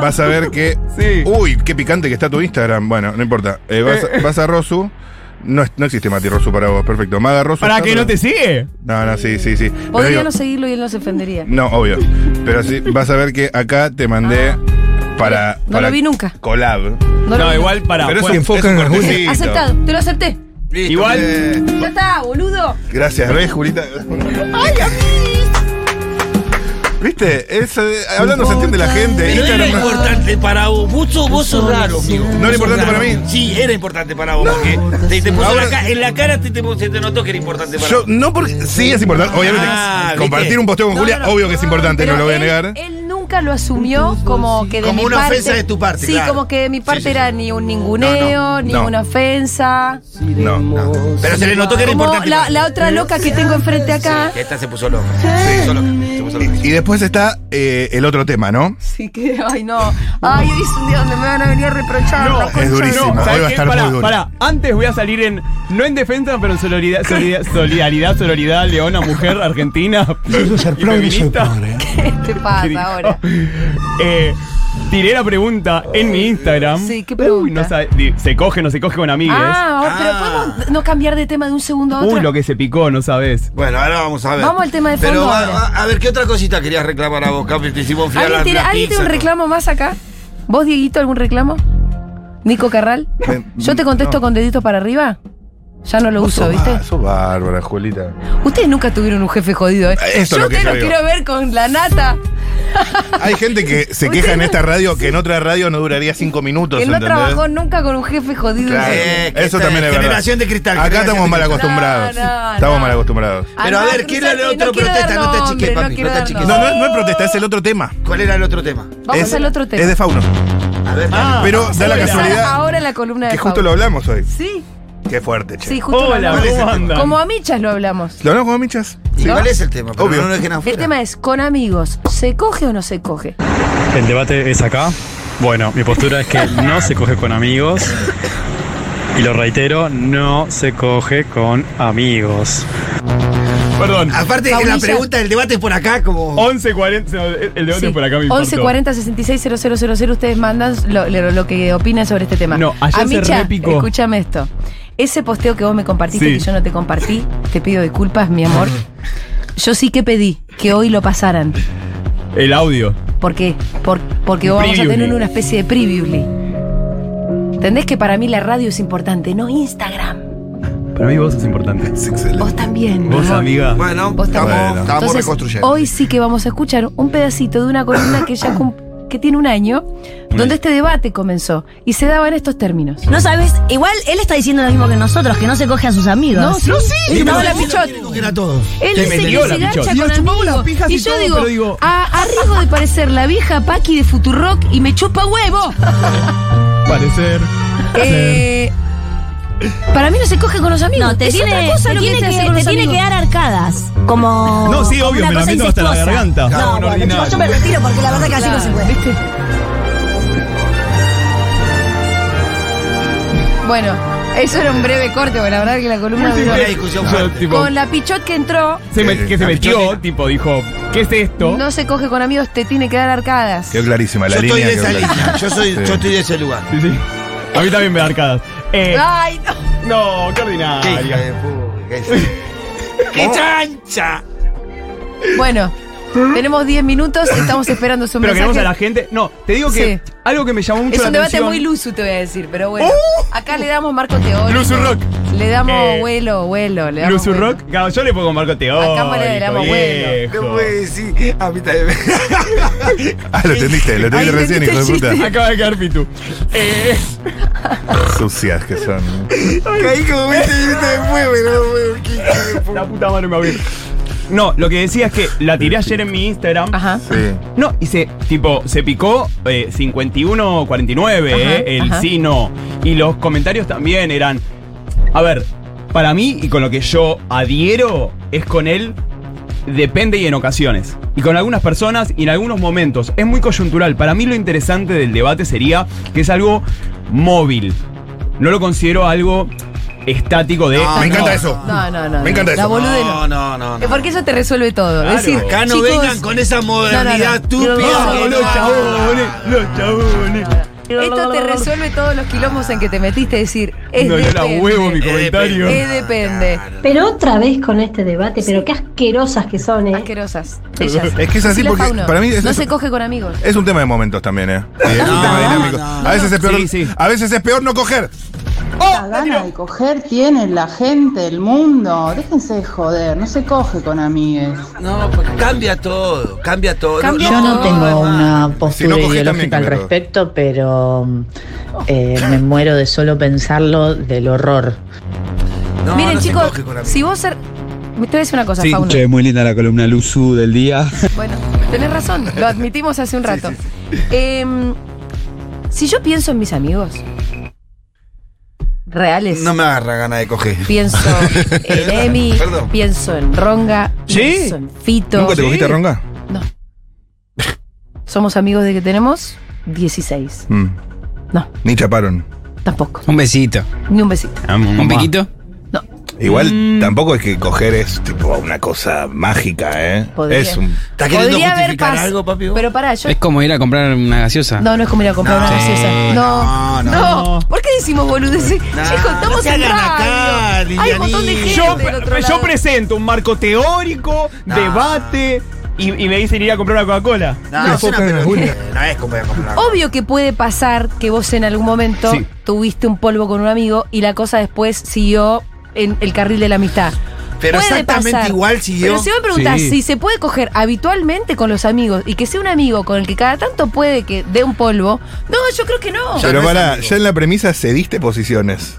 [SPEAKER 7] vas a ver que.
[SPEAKER 4] Sí.
[SPEAKER 7] Uy, qué picante que está tu Instagram. Bueno, no importa. Eh, vas, vas a Rosu. No, es- no existe Mati Rosu para vos, perfecto. Maga Rosu.
[SPEAKER 4] ¿Para
[SPEAKER 7] está,
[SPEAKER 4] que no te
[SPEAKER 7] pero-
[SPEAKER 4] sigue?
[SPEAKER 7] No, no, sí, sí, sí. Pero
[SPEAKER 3] Podría
[SPEAKER 7] digo-
[SPEAKER 3] no seguirlo y él no se ofendería.
[SPEAKER 7] No, obvio. Pero sí, vas a ver que acá te mandé para.
[SPEAKER 3] Ah. No
[SPEAKER 7] para
[SPEAKER 3] lo vi nunca.
[SPEAKER 7] Collab.
[SPEAKER 3] No, lo-
[SPEAKER 4] No, igual para.
[SPEAKER 7] Pero es
[SPEAKER 2] fue-
[SPEAKER 7] un,
[SPEAKER 2] enfoca
[SPEAKER 7] es un
[SPEAKER 2] en Julio.
[SPEAKER 7] cortecito.
[SPEAKER 3] Aceptado, te lo acepté.
[SPEAKER 5] Listo.
[SPEAKER 4] Igual-
[SPEAKER 5] Eh,
[SPEAKER 3] Ya está, boludo.
[SPEAKER 7] Gracias, ¿ves, Julita? ¿Viste? Es, eh, hablando se entiende la gente.
[SPEAKER 5] Pero era
[SPEAKER 7] Instagram no-
[SPEAKER 5] importante para vos. Vos sos, vos sos raro, amigo.
[SPEAKER 7] ¿No era importante
[SPEAKER 5] Sos
[SPEAKER 7] para
[SPEAKER 5] raro.
[SPEAKER 7] mí?
[SPEAKER 5] Sí, era importante para vos. Porque te, te puso
[SPEAKER 7] Ahora-
[SPEAKER 5] la ca- en la cara te, te- se te notó que era importante para
[SPEAKER 7] Yo,
[SPEAKER 5] vos.
[SPEAKER 7] no porque. Sí, es importante. Obviamente,
[SPEAKER 5] Ah, ¿viste?
[SPEAKER 7] compartir un posteo con
[SPEAKER 3] No,
[SPEAKER 7] Julia,
[SPEAKER 3] no, no.
[SPEAKER 7] obvio que es importante,
[SPEAKER 3] Pero
[SPEAKER 7] no lo voy a
[SPEAKER 3] él-
[SPEAKER 7] negar.
[SPEAKER 3] Él nunca lo asumió como que de
[SPEAKER 5] Como
[SPEAKER 3] mi
[SPEAKER 5] una
[SPEAKER 3] parte-
[SPEAKER 5] ofensa de tu parte,
[SPEAKER 3] Sí,
[SPEAKER 5] claro.
[SPEAKER 3] como que de mi parte
[SPEAKER 5] Sí, sí,
[SPEAKER 3] era ni un ninguneo,
[SPEAKER 7] No, no,
[SPEAKER 3] ni
[SPEAKER 7] no.
[SPEAKER 3] una ofensa.
[SPEAKER 7] No, no.
[SPEAKER 5] Pero se le notó que era
[SPEAKER 3] Como
[SPEAKER 5] importante.
[SPEAKER 3] la,
[SPEAKER 5] para
[SPEAKER 3] la
[SPEAKER 5] vos.
[SPEAKER 3] otra loca que tengo enfrente acá.
[SPEAKER 5] Esta se puso loca. Se puso loca. Se puso loca.
[SPEAKER 7] Y, y después está eh, el otro tema, ¿no?
[SPEAKER 3] Sí que, ay no. Ay, hoy es un día donde me van a venir a reprochar.
[SPEAKER 4] No,
[SPEAKER 3] la concha de-
[SPEAKER 7] es durísimo.
[SPEAKER 4] ¿sabes
[SPEAKER 7] Hoy va a
[SPEAKER 4] qué?
[SPEAKER 7] estar
[SPEAKER 4] Pará,
[SPEAKER 7] muy duro.
[SPEAKER 4] pará. Antes voy a salir en. No en defensa, pero en solidaridad, solidaridad, solidaridad, solidaridad leona, mujer, argentina.
[SPEAKER 2] Quiero ser
[SPEAKER 4] y
[SPEAKER 2] progre y soy
[SPEAKER 4] feminista.
[SPEAKER 2] progre.
[SPEAKER 3] ¿Qué te pasa ahora?
[SPEAKER 4] [LAUGHS] Eh, tiré la pregunta en mi Instagram.
[SPEAKER 3] Sí, ¿qué pregunta?
[SPEAKER 4] Uy, no sabe- di- se coge, no se coge con amigues.
[SPEAKER 3] Ah,
[SPEAKER 5] Ah.
[SPEAKER 3] pero podemos no cambiar de tema de un segundo a otro.
[SPEAKER 4] Uy, lo que se picó, no sabes.
[SPEAKER 5] Bueno, ahora vamos a ver.
[SPEAKER 3] Vamos al tema de
[SPEAKER 5] Pero
[SPEAKER 3] fondo
[SPEAKER 5] a,
[SPEAKER 3] ahora.
[SPEAKER 5] a- a ver, ¿qué otra cosita querías reclamar a vos, Capi? Te hicimos enfriar
[SPEAKER 3] ¿Alguien
[SPEAKER 5] la-
[SPEAKER 3] tiene,
[SPEAKER 5] la
[SPEAKER 3] alguien tiene
[SPEAKER 5] pizza,
[SPEAKER 3] un
[SPEAKER 5] ¿no?
[SPEAKER 3] reclamo más acá? ¿Vos, Dieguito, algún reclamo? ¿Nico Carral?
[SPEAKER 7] Me-
[SPEAKER 3] ¿Yo te contesto
[SPEAKER 7] Eh, no.
[SPEAKER 3] con deditos para arriba? Ya no lo
[SPEAKER 7] Vos
[SPEAKER 3] uso,
[SPEAKER 7] sos
[SPEAKER 3] ¿viste?
[SPEAKER 7] bá- sos bárbara, Julita.
[SPEAKER 3] Ustedes nunca tuvieron un jefe jodido, ¿eh?
[SPEAKER 7] Eso es
[SPEAKER 3] yo
[SPEAKER 7] lo que
[SPEAKER 3] te
[SPEAKER 7] yo
[SPEAKER 3] lo
[SPEAKER 7] digo.
[SPEAKER 3] quiero ver con la nata.
[SPEAKER 7] Hay gente que se queja en esta radio que en otra radio no duraría cinco minutos.
[SPEAKER 3] Que no
[SPEAKER 7] ¿entendés?
[SPEAKER 3] trabajó nunca con un jefe jodido.
[SPEAKER 7] Claro.
[SPEAKER 5] Eh, que
[SPEAKER 7] Eso
[SPEAKER 5] esta
[SPEAKER 7] también es verdad.
[SPEAKER 5] generación de cristal,
[SPEAKER 7] Acá
[SPEAKER 5] generación
[SPEAKER 7] estamos
[SPEAKER 5] de
[SPEAKER 7] mal
[SPEAKER 5] cristal.
[SPEAKER 7] acostumbrados.
[SPEAKER 3] No, no,
[SPEAKER 7] estamos
[SPEAKER 3] no. Ah,
[SPEAKER 7] mal acostumbrados.
[SPEAKER 5] Pero a
[SPEAKER 3] Andá,
[SPEAKER 5] ver, ¿quién era el
[SPEAKER 3] cruzate,
[SPEAKER 5] otro
[SPEAKER 3] no quiero
[SPEAKER 5] protesta?
[SPEAKER 3] dar
[SPEAKER 5] No te achiques,
[SPEAKER 3] nombre,
[SPEAKER 5] papi,
[SPEAKER 3] quiero
[SPEAKER 5] no te
[SPEAKER 3] dar
[SPEAKER 5] achiques.
[SPEAKER 7] No,
[SPEAKER 3] nombre.
[SPEAKER 7] no, no es protesta, es el otro tema.
[SPEAKER 5] ¿Cuál era el otro tema?
[SPEAKER 3] Vamos
[SPEAKER 7] Es-
[SPEAKER 3] al otro tema.
[SPEAKER 7] Es de Fauno.
[SPEAKER 5] A ver,
[SPEAKER 4] Ah,
[SPEAKER 7] Pero
[SPEAKER 4] vamos
[SPEAKER 7] da
[SPEAKER 4] a
[SPEAKER 7] la
[SPEAKER 4] ver.
[SPEAKER 3] Empezar
[SPEAKER 7] casualidad
[SPEAKER 3] Ahora la columna de
[SPEAKER 7] que justo
[SPEAKER 3] Fauno.
[SPEAKER 7] lo hablamos hoy.
[SPEAKER 3] Sí,
[SPEAKER 7] Qué fuerte, che.
[SPEAKER 3] sí, justo lo
[SPEAKER 4] Hola,
[SPEAKER 3] hablamos.
[SPEAKER 4] ¿cómo andan?
[SPEAKER 3] Como a Michas lo hablamos.
[SPEAKER 7] ¿Lo hablamos con Michas?
[SPEAKER 5] Sí, pues, ¿cuál es el tema? Pero
[SPEAKER 7] Obvio.
[SPEAKER 5] No lo dejen
[SPEAKER 3] El
[SPEAKER 5] afuera.
[SPEAKER 3] tema es, ¿con amigos se coge o no se coge?
[SPEAKER 11] El debate es acá. Bueno, mi postura es que no se coge con amigos. Y lo reitero, no se coge con amigos.
[SPEAKER 4] Perdón.
[SPEAKER 5] Aparte,
[SPEAKER 3] Faunilla. Oh.
[SPEAKER 5] la pregunta del debate es por acá, como.
[SPEAKER 4] 11.40. no, El el debate
[SPEAKER 3] Sí.
[SPEAKER 4] por acá me importó.
[SPEAKER 3] 1140 66 000, ustedes mandan lo, lo- lo que opinan sobre este tema.
[SPEAKER 4] No, ayer
[SPEAKER 3] A
[SPEAKER 4] se
[SPEAKER 3] Micha,
[SPEAKER 4] repicó.
[SPEAKER 3] escúchame esto. Ese posteo que vos me compartiste
[SPEAKER 4] Sí.
[SPEAKER 3] que yo no te compartí, te pido disculpas, mi amor. Yo sí que pedí que hoy lo pasaran.
[SPEAKER 4] El audio.
[SPEAKER 3] ¿Por qué? Por- porque vamos a tener
[SPEAKER 4] Previously.
[SPEAKER 3] una especie de previously. ¿Entendés que para mí la radio es importante, no Instagram?
[SPEAKER 4] Para mí vos sos importante.
[SPEAKER 7] Es excelente.
[SPEAKER 3] Vos también. mi
[SPEAKER 4] Vos,
[SPEAKER 3] amor.
[SPEAKER 4] amiga.
[SPEAKER 5] Bueno,
[SPEAKER 3] Vos
[SPEAKER 5] estamos,
[SPEAKER 7] también.
[SPEAKER 5] estamos
[SPEAKER 3] Entonces, oh.
[SPEAKER 5] reconstruyendo.
[SPEAKER 3] Hoy sí que vamos a escuchar un pedacito de una columna que ya cum- que tiene un año, donde este debate comenzó y se daba en estos términos.
[SPEAKER 10] No sabes, igual él está diciendo lo mismo que nosotros, que no se coge a sus amigos.
[SPEAKER 3] No, sí, él
[SPEAKER 5] Sí,
[SPEAKER 3] estaba
[SPEAKER 5] pero
[SPEAKER 3] la
[SPEAKER 5] sí,
[SPEAKER 3] pichot.
[SPEAKER 5] quieren coger a todos.
[SPEAKER 3] Él dice
[SPEAKER 4] Te
[SPEAKER 3] que
[SPEAKER 4] metió la
[SPEAKER 3] se
[SPEAKER 4] pichot.
[SPEAKER 3] garcha
[SPEAKER 4] Y
[SPEAKER 3] con
[SPEAKER 4] nos chupamos las
[SPEAKER 3] amigos.
[SPEAKER 4] pijas
[SPEAKER 3] Y
[SPEAKER 4] y
[SPEAKER 3] yo
[SPEAKER 4] todo,
[SPEAKER 3] digo,
[SPEAKER 4] pero digo-
[SPEAKER 3] a, a riesgo de parecer la vieja Paqui de Futurock y me chupa huevo.
[SPEAKER 4] Parecer.
[SPEAKER 3] Eh, para mí no se coge con los amigos.
[SPEAKER 10] No, te
[SPEAKER 3] es
[SPEAKER 10] tiene,
[SPEAKER 3] otra cosa
[SPEAKER 10] te
[SPEAKER 3] lo
[SPEAKER 10] tiene
[SPEAKER 3] que,
[SPEAKER 10] que,
[SPEAKER 3] te hace con
[SPEAKER 10] te
[SPEAKER 3] los
[SPEAKER 10] tiene que
[SPEAKER 3] amigos.
[SPEAKER 10] dar arcadas. Como.
[SPEAKER 4] No, sí,
[SPEAKER 10] como
[SPEAKER 4] obvio,
[SPEAKER 10] una
[SPEAKER 4] me la
[SPEAKER 10] cosa
[SPEAKER 4] meto hasta la
[SPEAKER 10] incestuosa.
[SPEAKER 4] garganta.
[SPEAKER 10] No,
[SPEAKER 4] Un
[SPEAKER 10] bueno,
[SPEAKER 4] ordinario.
[SPEAKER 10] yo me retiro porque la verdad que así no se puede.
[SPEAKER 3] ¿Viste? Bueno, Eso era un breve corte, porque la verdad que la columna
[SPEAKER 5] Fue
[SPEAKER 3] duró.
[SPEAKER 5] una discusión
[SPEAKER 4] Yo,
[SPEAKER 5] fuerte.
[SPEAKER 4] tipo,
[SPEAKER 3] Con la pichot que entró,
[SPEAKER 4] se met- que se metió, tipo, dijo, ¿qué es esto?
[SPEAKER 3] no se coge con amigos, te tiene que dar arcadas.
[SPEAKER 7] Quedó clarísima la
[SPEAKER 5] Yo estoy
[SPEAKER 7] línea.
[SPEAKER 5] de esa
[SPEAKER 7] quedó
[SPEAKER 5] línea.
[SPEAKER 7] clarísima.
[SPEAKER 5] Yo, soy,
[SPEAKER 7] Sí.
[SPEAKER 5] yo estoy de ese lugar.
[SPEAKER 4] Sí, sí. A mí también me da arcadas. Eh,
[SPEAKER 3] Ay, no.
[SPEAKER 4] no, qué
[SPEAKER 5] Qué hija de
[SPEAKER 4] ordinaria.
[SPEAKER 5] puta, qué hija. ¡Qué chancha!
[SPEAKER 3] Bueno, tenemos 10 minutos, estamos esperando su
[SPEAKER 4] Pero queremos
[SPEAKER 3] mensaje.
[SPEAKER 4] a la gente. No, te digo que
[SPEAKER 3] Sí.
[SPEAKER 4] algo que me llamó mucho
[SPEAKER 3] Es
[SPEAKER 4] la
[SPEAKER 3] un debate
[SPEAKER 4] atención.
[SPEAKER 3] muy luso, te voy a decir, pero bueno. Acá le damos marco teórico.
[SPEAKER 4] Luzu Rock.
[SPEAKER 3] Le damos
[SPEAKER 4] Eh,
[SPEAKER 3] vuelo, vuelo. Le damos
[SPEAKER 4] Luzu
[SPEAKER 3] vuelo.
[SPEAKER 4] Rock, claro, yo le pongo Marco Teórico.
[SPEAKER 3] A cámara le damos
[SPEAKER 4] viejo.
[SPEAKER 5] No puede decir. A mí también.
[SPEAKER 7] Ah, lo entendiste, lo
[SPEAKER 3] Ahí
[SPEAKER 7] entendiste recién, hijo de
[SPEAKER 3] entendiste el
[SPEAKER 7] puta.
[SPEAKER 4] Acaba de quedar Pitu. Eh, [LAUGHS]
[SPEAKER 7] Sucias que
[SPEAKER 5] [LAUGHS]
[SPEAKER 7] son.
[SPEAKER 3] [LAUGHS]
[SPEAKER 5] Caí como 20 minutos después, pero. qué hija de puta.
[SPEAKER 4] la puta mano me abrió. No, lo que decía es que la tiré ayer en mi Instagram.
[SPEAKER 3] Ajá.
[SPEAKER 7] Sí.
[SPEAKER 4] No, y se, tipo, se picó eh, 51-49, eh,
[SPEAKER 3] Ajá,
[SPEAKER 4] el
[SPEAKER 3] ajá.
[SPEAKER 4] sino. Y los comentarios también eran. A ver, para mí, y con lo que yo adhiero, es con él. Depende y en ocasiones. Y con algunas personas y en algunos momentos. Es muy coyuntural. Para mí lo interesante del debate sería que es algo móvil. No lo considero algo estático de...
[SPEAKER 5] No,
[SPEAKER 7] Me encanta eso.
[SPEAKER 3] No, no, no.
[SPEAKER 7] Me encanta
[SPEAKER 3] La
[SPEAKER 7] eso.
[SPEAKER 3] bolude no.
[SPEAKER 5] No, no, no. no.
[SPEAKER 3] Porque eso te resuelve todo.
[SPEAKER 4] Claro.
[SPEAKER 3] Decir,
[SPEAKER 5] Acá no
[SPEAKER 3] chicos,
[SPEAKER 5] vengan con esa modernidad
[SPEAKER 3] No, no, no.
[SPEAKER 5] estúpida.
[SPEAKER 3] No,
[SPEAKER 5] que
[SPEAKER 4] los
[SPEAKER 5] no-
[SPEAKER 4] chabones, los chabones.
[SPEAKER 3] Esto te resuelve todos los quilombos en que te metiste. Decir, es
[SPEAKER 4] No, yo la
[SPEAKER 3] depende.
[SPEAKER 4] huevo mi
[SPEAKER 5] Es
[SPEAKER 4] comentario.
[SPEAKER 3] Es depende.
[SPEAKER 12] Pero otra vez con este debate, pero qué asquerosas que son, ¿eh?
[SPEAKER 3] Asquerosas. Ellas.
[SPEAKER 7] Es que es así
[SPEAKER 3] Decile a
[SPEAKER 7] porque
[SPEAKER 3] Fauno,
[SPEAKER 7] para mí es
[SPEAKER 3] no
[SPEAKER 7] eso.
[SPEAKER 3] se coge con amigos.
[SPEAKER 7] Es un tema de momentos también, ¿eh? Sí, es un tema dinámico. a veces es peor,
[SPEAKER 4] Sí, sí.
[SPEAKER 7] a veces es peor no coger.
[SPEAKER 13] La gana de coger tiene la gente, el mundo. Déjense de joder, no se coge con amigues.
[SPEAKER 5] No, porque cambia todo, cambia todo.
[SPEAKER 3] Cambia
[SPEAKER 14] Yo no
[SPEAKER 3] No,
[SPEAKER 14] tengo
[SPEAKER 5] hermano.
[SPEAKER 14] una postura
[SPEAKER 7] cogí, también
[SPEAKER 14] ideológica al
[SPEAKER 7] cambia todo.
[SPEAKER 14] respecto, pero eh, me muero de solo pensarlo del horror.
[SPEAKER 5] No,
[SPEAKER 3] Miren,
[SPEAKER 5] no se
[SPEAKER 3] chicos,
[SPEAKER 5] coge con amigos.
[SPEAKER 3] si vos ser... Te voy a decir una cosa,
[SPEAKER 9] Sí,
[SPEAKER 3] Fauno.
[SPEAKER 9] che, muy linda la columna Luzu del día.
[SPEAKER 3] Bueno, tenés razón, lo admitimos hace un rato. Em, si yo pienso en mis amigos reales,
[SPEAKER 5] No me agarra gana de coger.
[SPEAKER 3] pienso en Emi,
[SPEAKER 5] Perdón.
[SPEAKER 3] pienso en Ronga,
[SPEAKER 4] ¿Sí?
[SPEAKER 3] pienso en Fito.
[SPEAKER 7] ¿Nunca te cogiste ronga?
[SPEAKER 3] No. Somos amigos de que tenemos 16.
[SPEAKER 7] Mm.
[SPEAKER 3] No,
[SPEAKER 7] Ni chaparon.
[SPEAKER 3] tampoco.
[SPEAKER 9] Un besito.
[SPEAKER 3] Ni un besito.
[SPEAKER 9] Un piquito.
[SPEAKER 3] No.
[SPEAKER 6] Igual
[SPEAKER 3] Mm.
[SPEAKER 6] tampoco es que coger es tipo una cosa mágica, ¿eh?
[SPEAKER 3] Podría.
[SPEAKER 6] Es un.
[SPEAKER 5] ¿Estás queriendo
[SPEAKER 3] Podría haber
[SPEAKER 5] justificar
[SPEAKER 3] pas-
[SPEAKER 5] algo, papi? vos?
[SPEAKER 3] Pero pará, yo.
[SPEAKER 9] Es como ir a comprar una gaseosa.
[SPEAKER 3] No, no es como ir a comprar una
[SPEAKER 5] No,
[SPEAKER 3] gaseosa. No, no,
[SPEAKER 5] no,
[SPEAKER 3] ¿Por qué decimos boludeces?
[SPEAKER 5] No,
[SPEAKER 3] Chicos,
[SPEAKER 5] no
[SPEAKER 3] estamos
[SPEAKER 5] se
[SPEAKER 3] en
[SPEAKER 5] hagan acá,
[SPEAKER 3] radio. Hay un montón de gente
[SPEAKER 5] Liliani.
[SPEAKER 4] Yo,
[SPEAKER 3] del otro
[SPEAKER 4] yo
[SPEAKER 3] lado.
[SPEAKER 4] presento un marco teórico,
[SPEAKER 5] No.
[SPEAKER 4] debate, y, y me dicen ir a comprar una Coca-Cola.
[SPEAKER 5] No,
[SPEAKER 7] Me
[SPEAKER 5] es una
[SPEAKER 7] enfocan en
[SPEAKER 5] pelotudez, no es como ir a comprar.
[SPEAKER 3] Obvio que puede pasar que vos en algún momento
[SPEAKER 4] Sí.
[SPEAKER 3] tuviste un polvo con un amigo y la cosa después siguió en el carril de la amistad.
[SPEAKER 5] Pero exactamente igual siguió.
[SPEAKER 3] Pero si me preguntás
[SPEAKER 9] Sí.
[SPEAKER 3] si se puede coger habitualmente con los amigos y que sea un amigo con el que cada tanto puede que dé un polvo, no, yo creo que no.
[SPEAKER 5] Ya
[SPEAKER 7] Pero
[SPEAKER 5] no es
[SPEAKER 7] para,
[SPEAKER 5] amigo.
[SPEAKER 7] ya en la premisa cediste posiciones.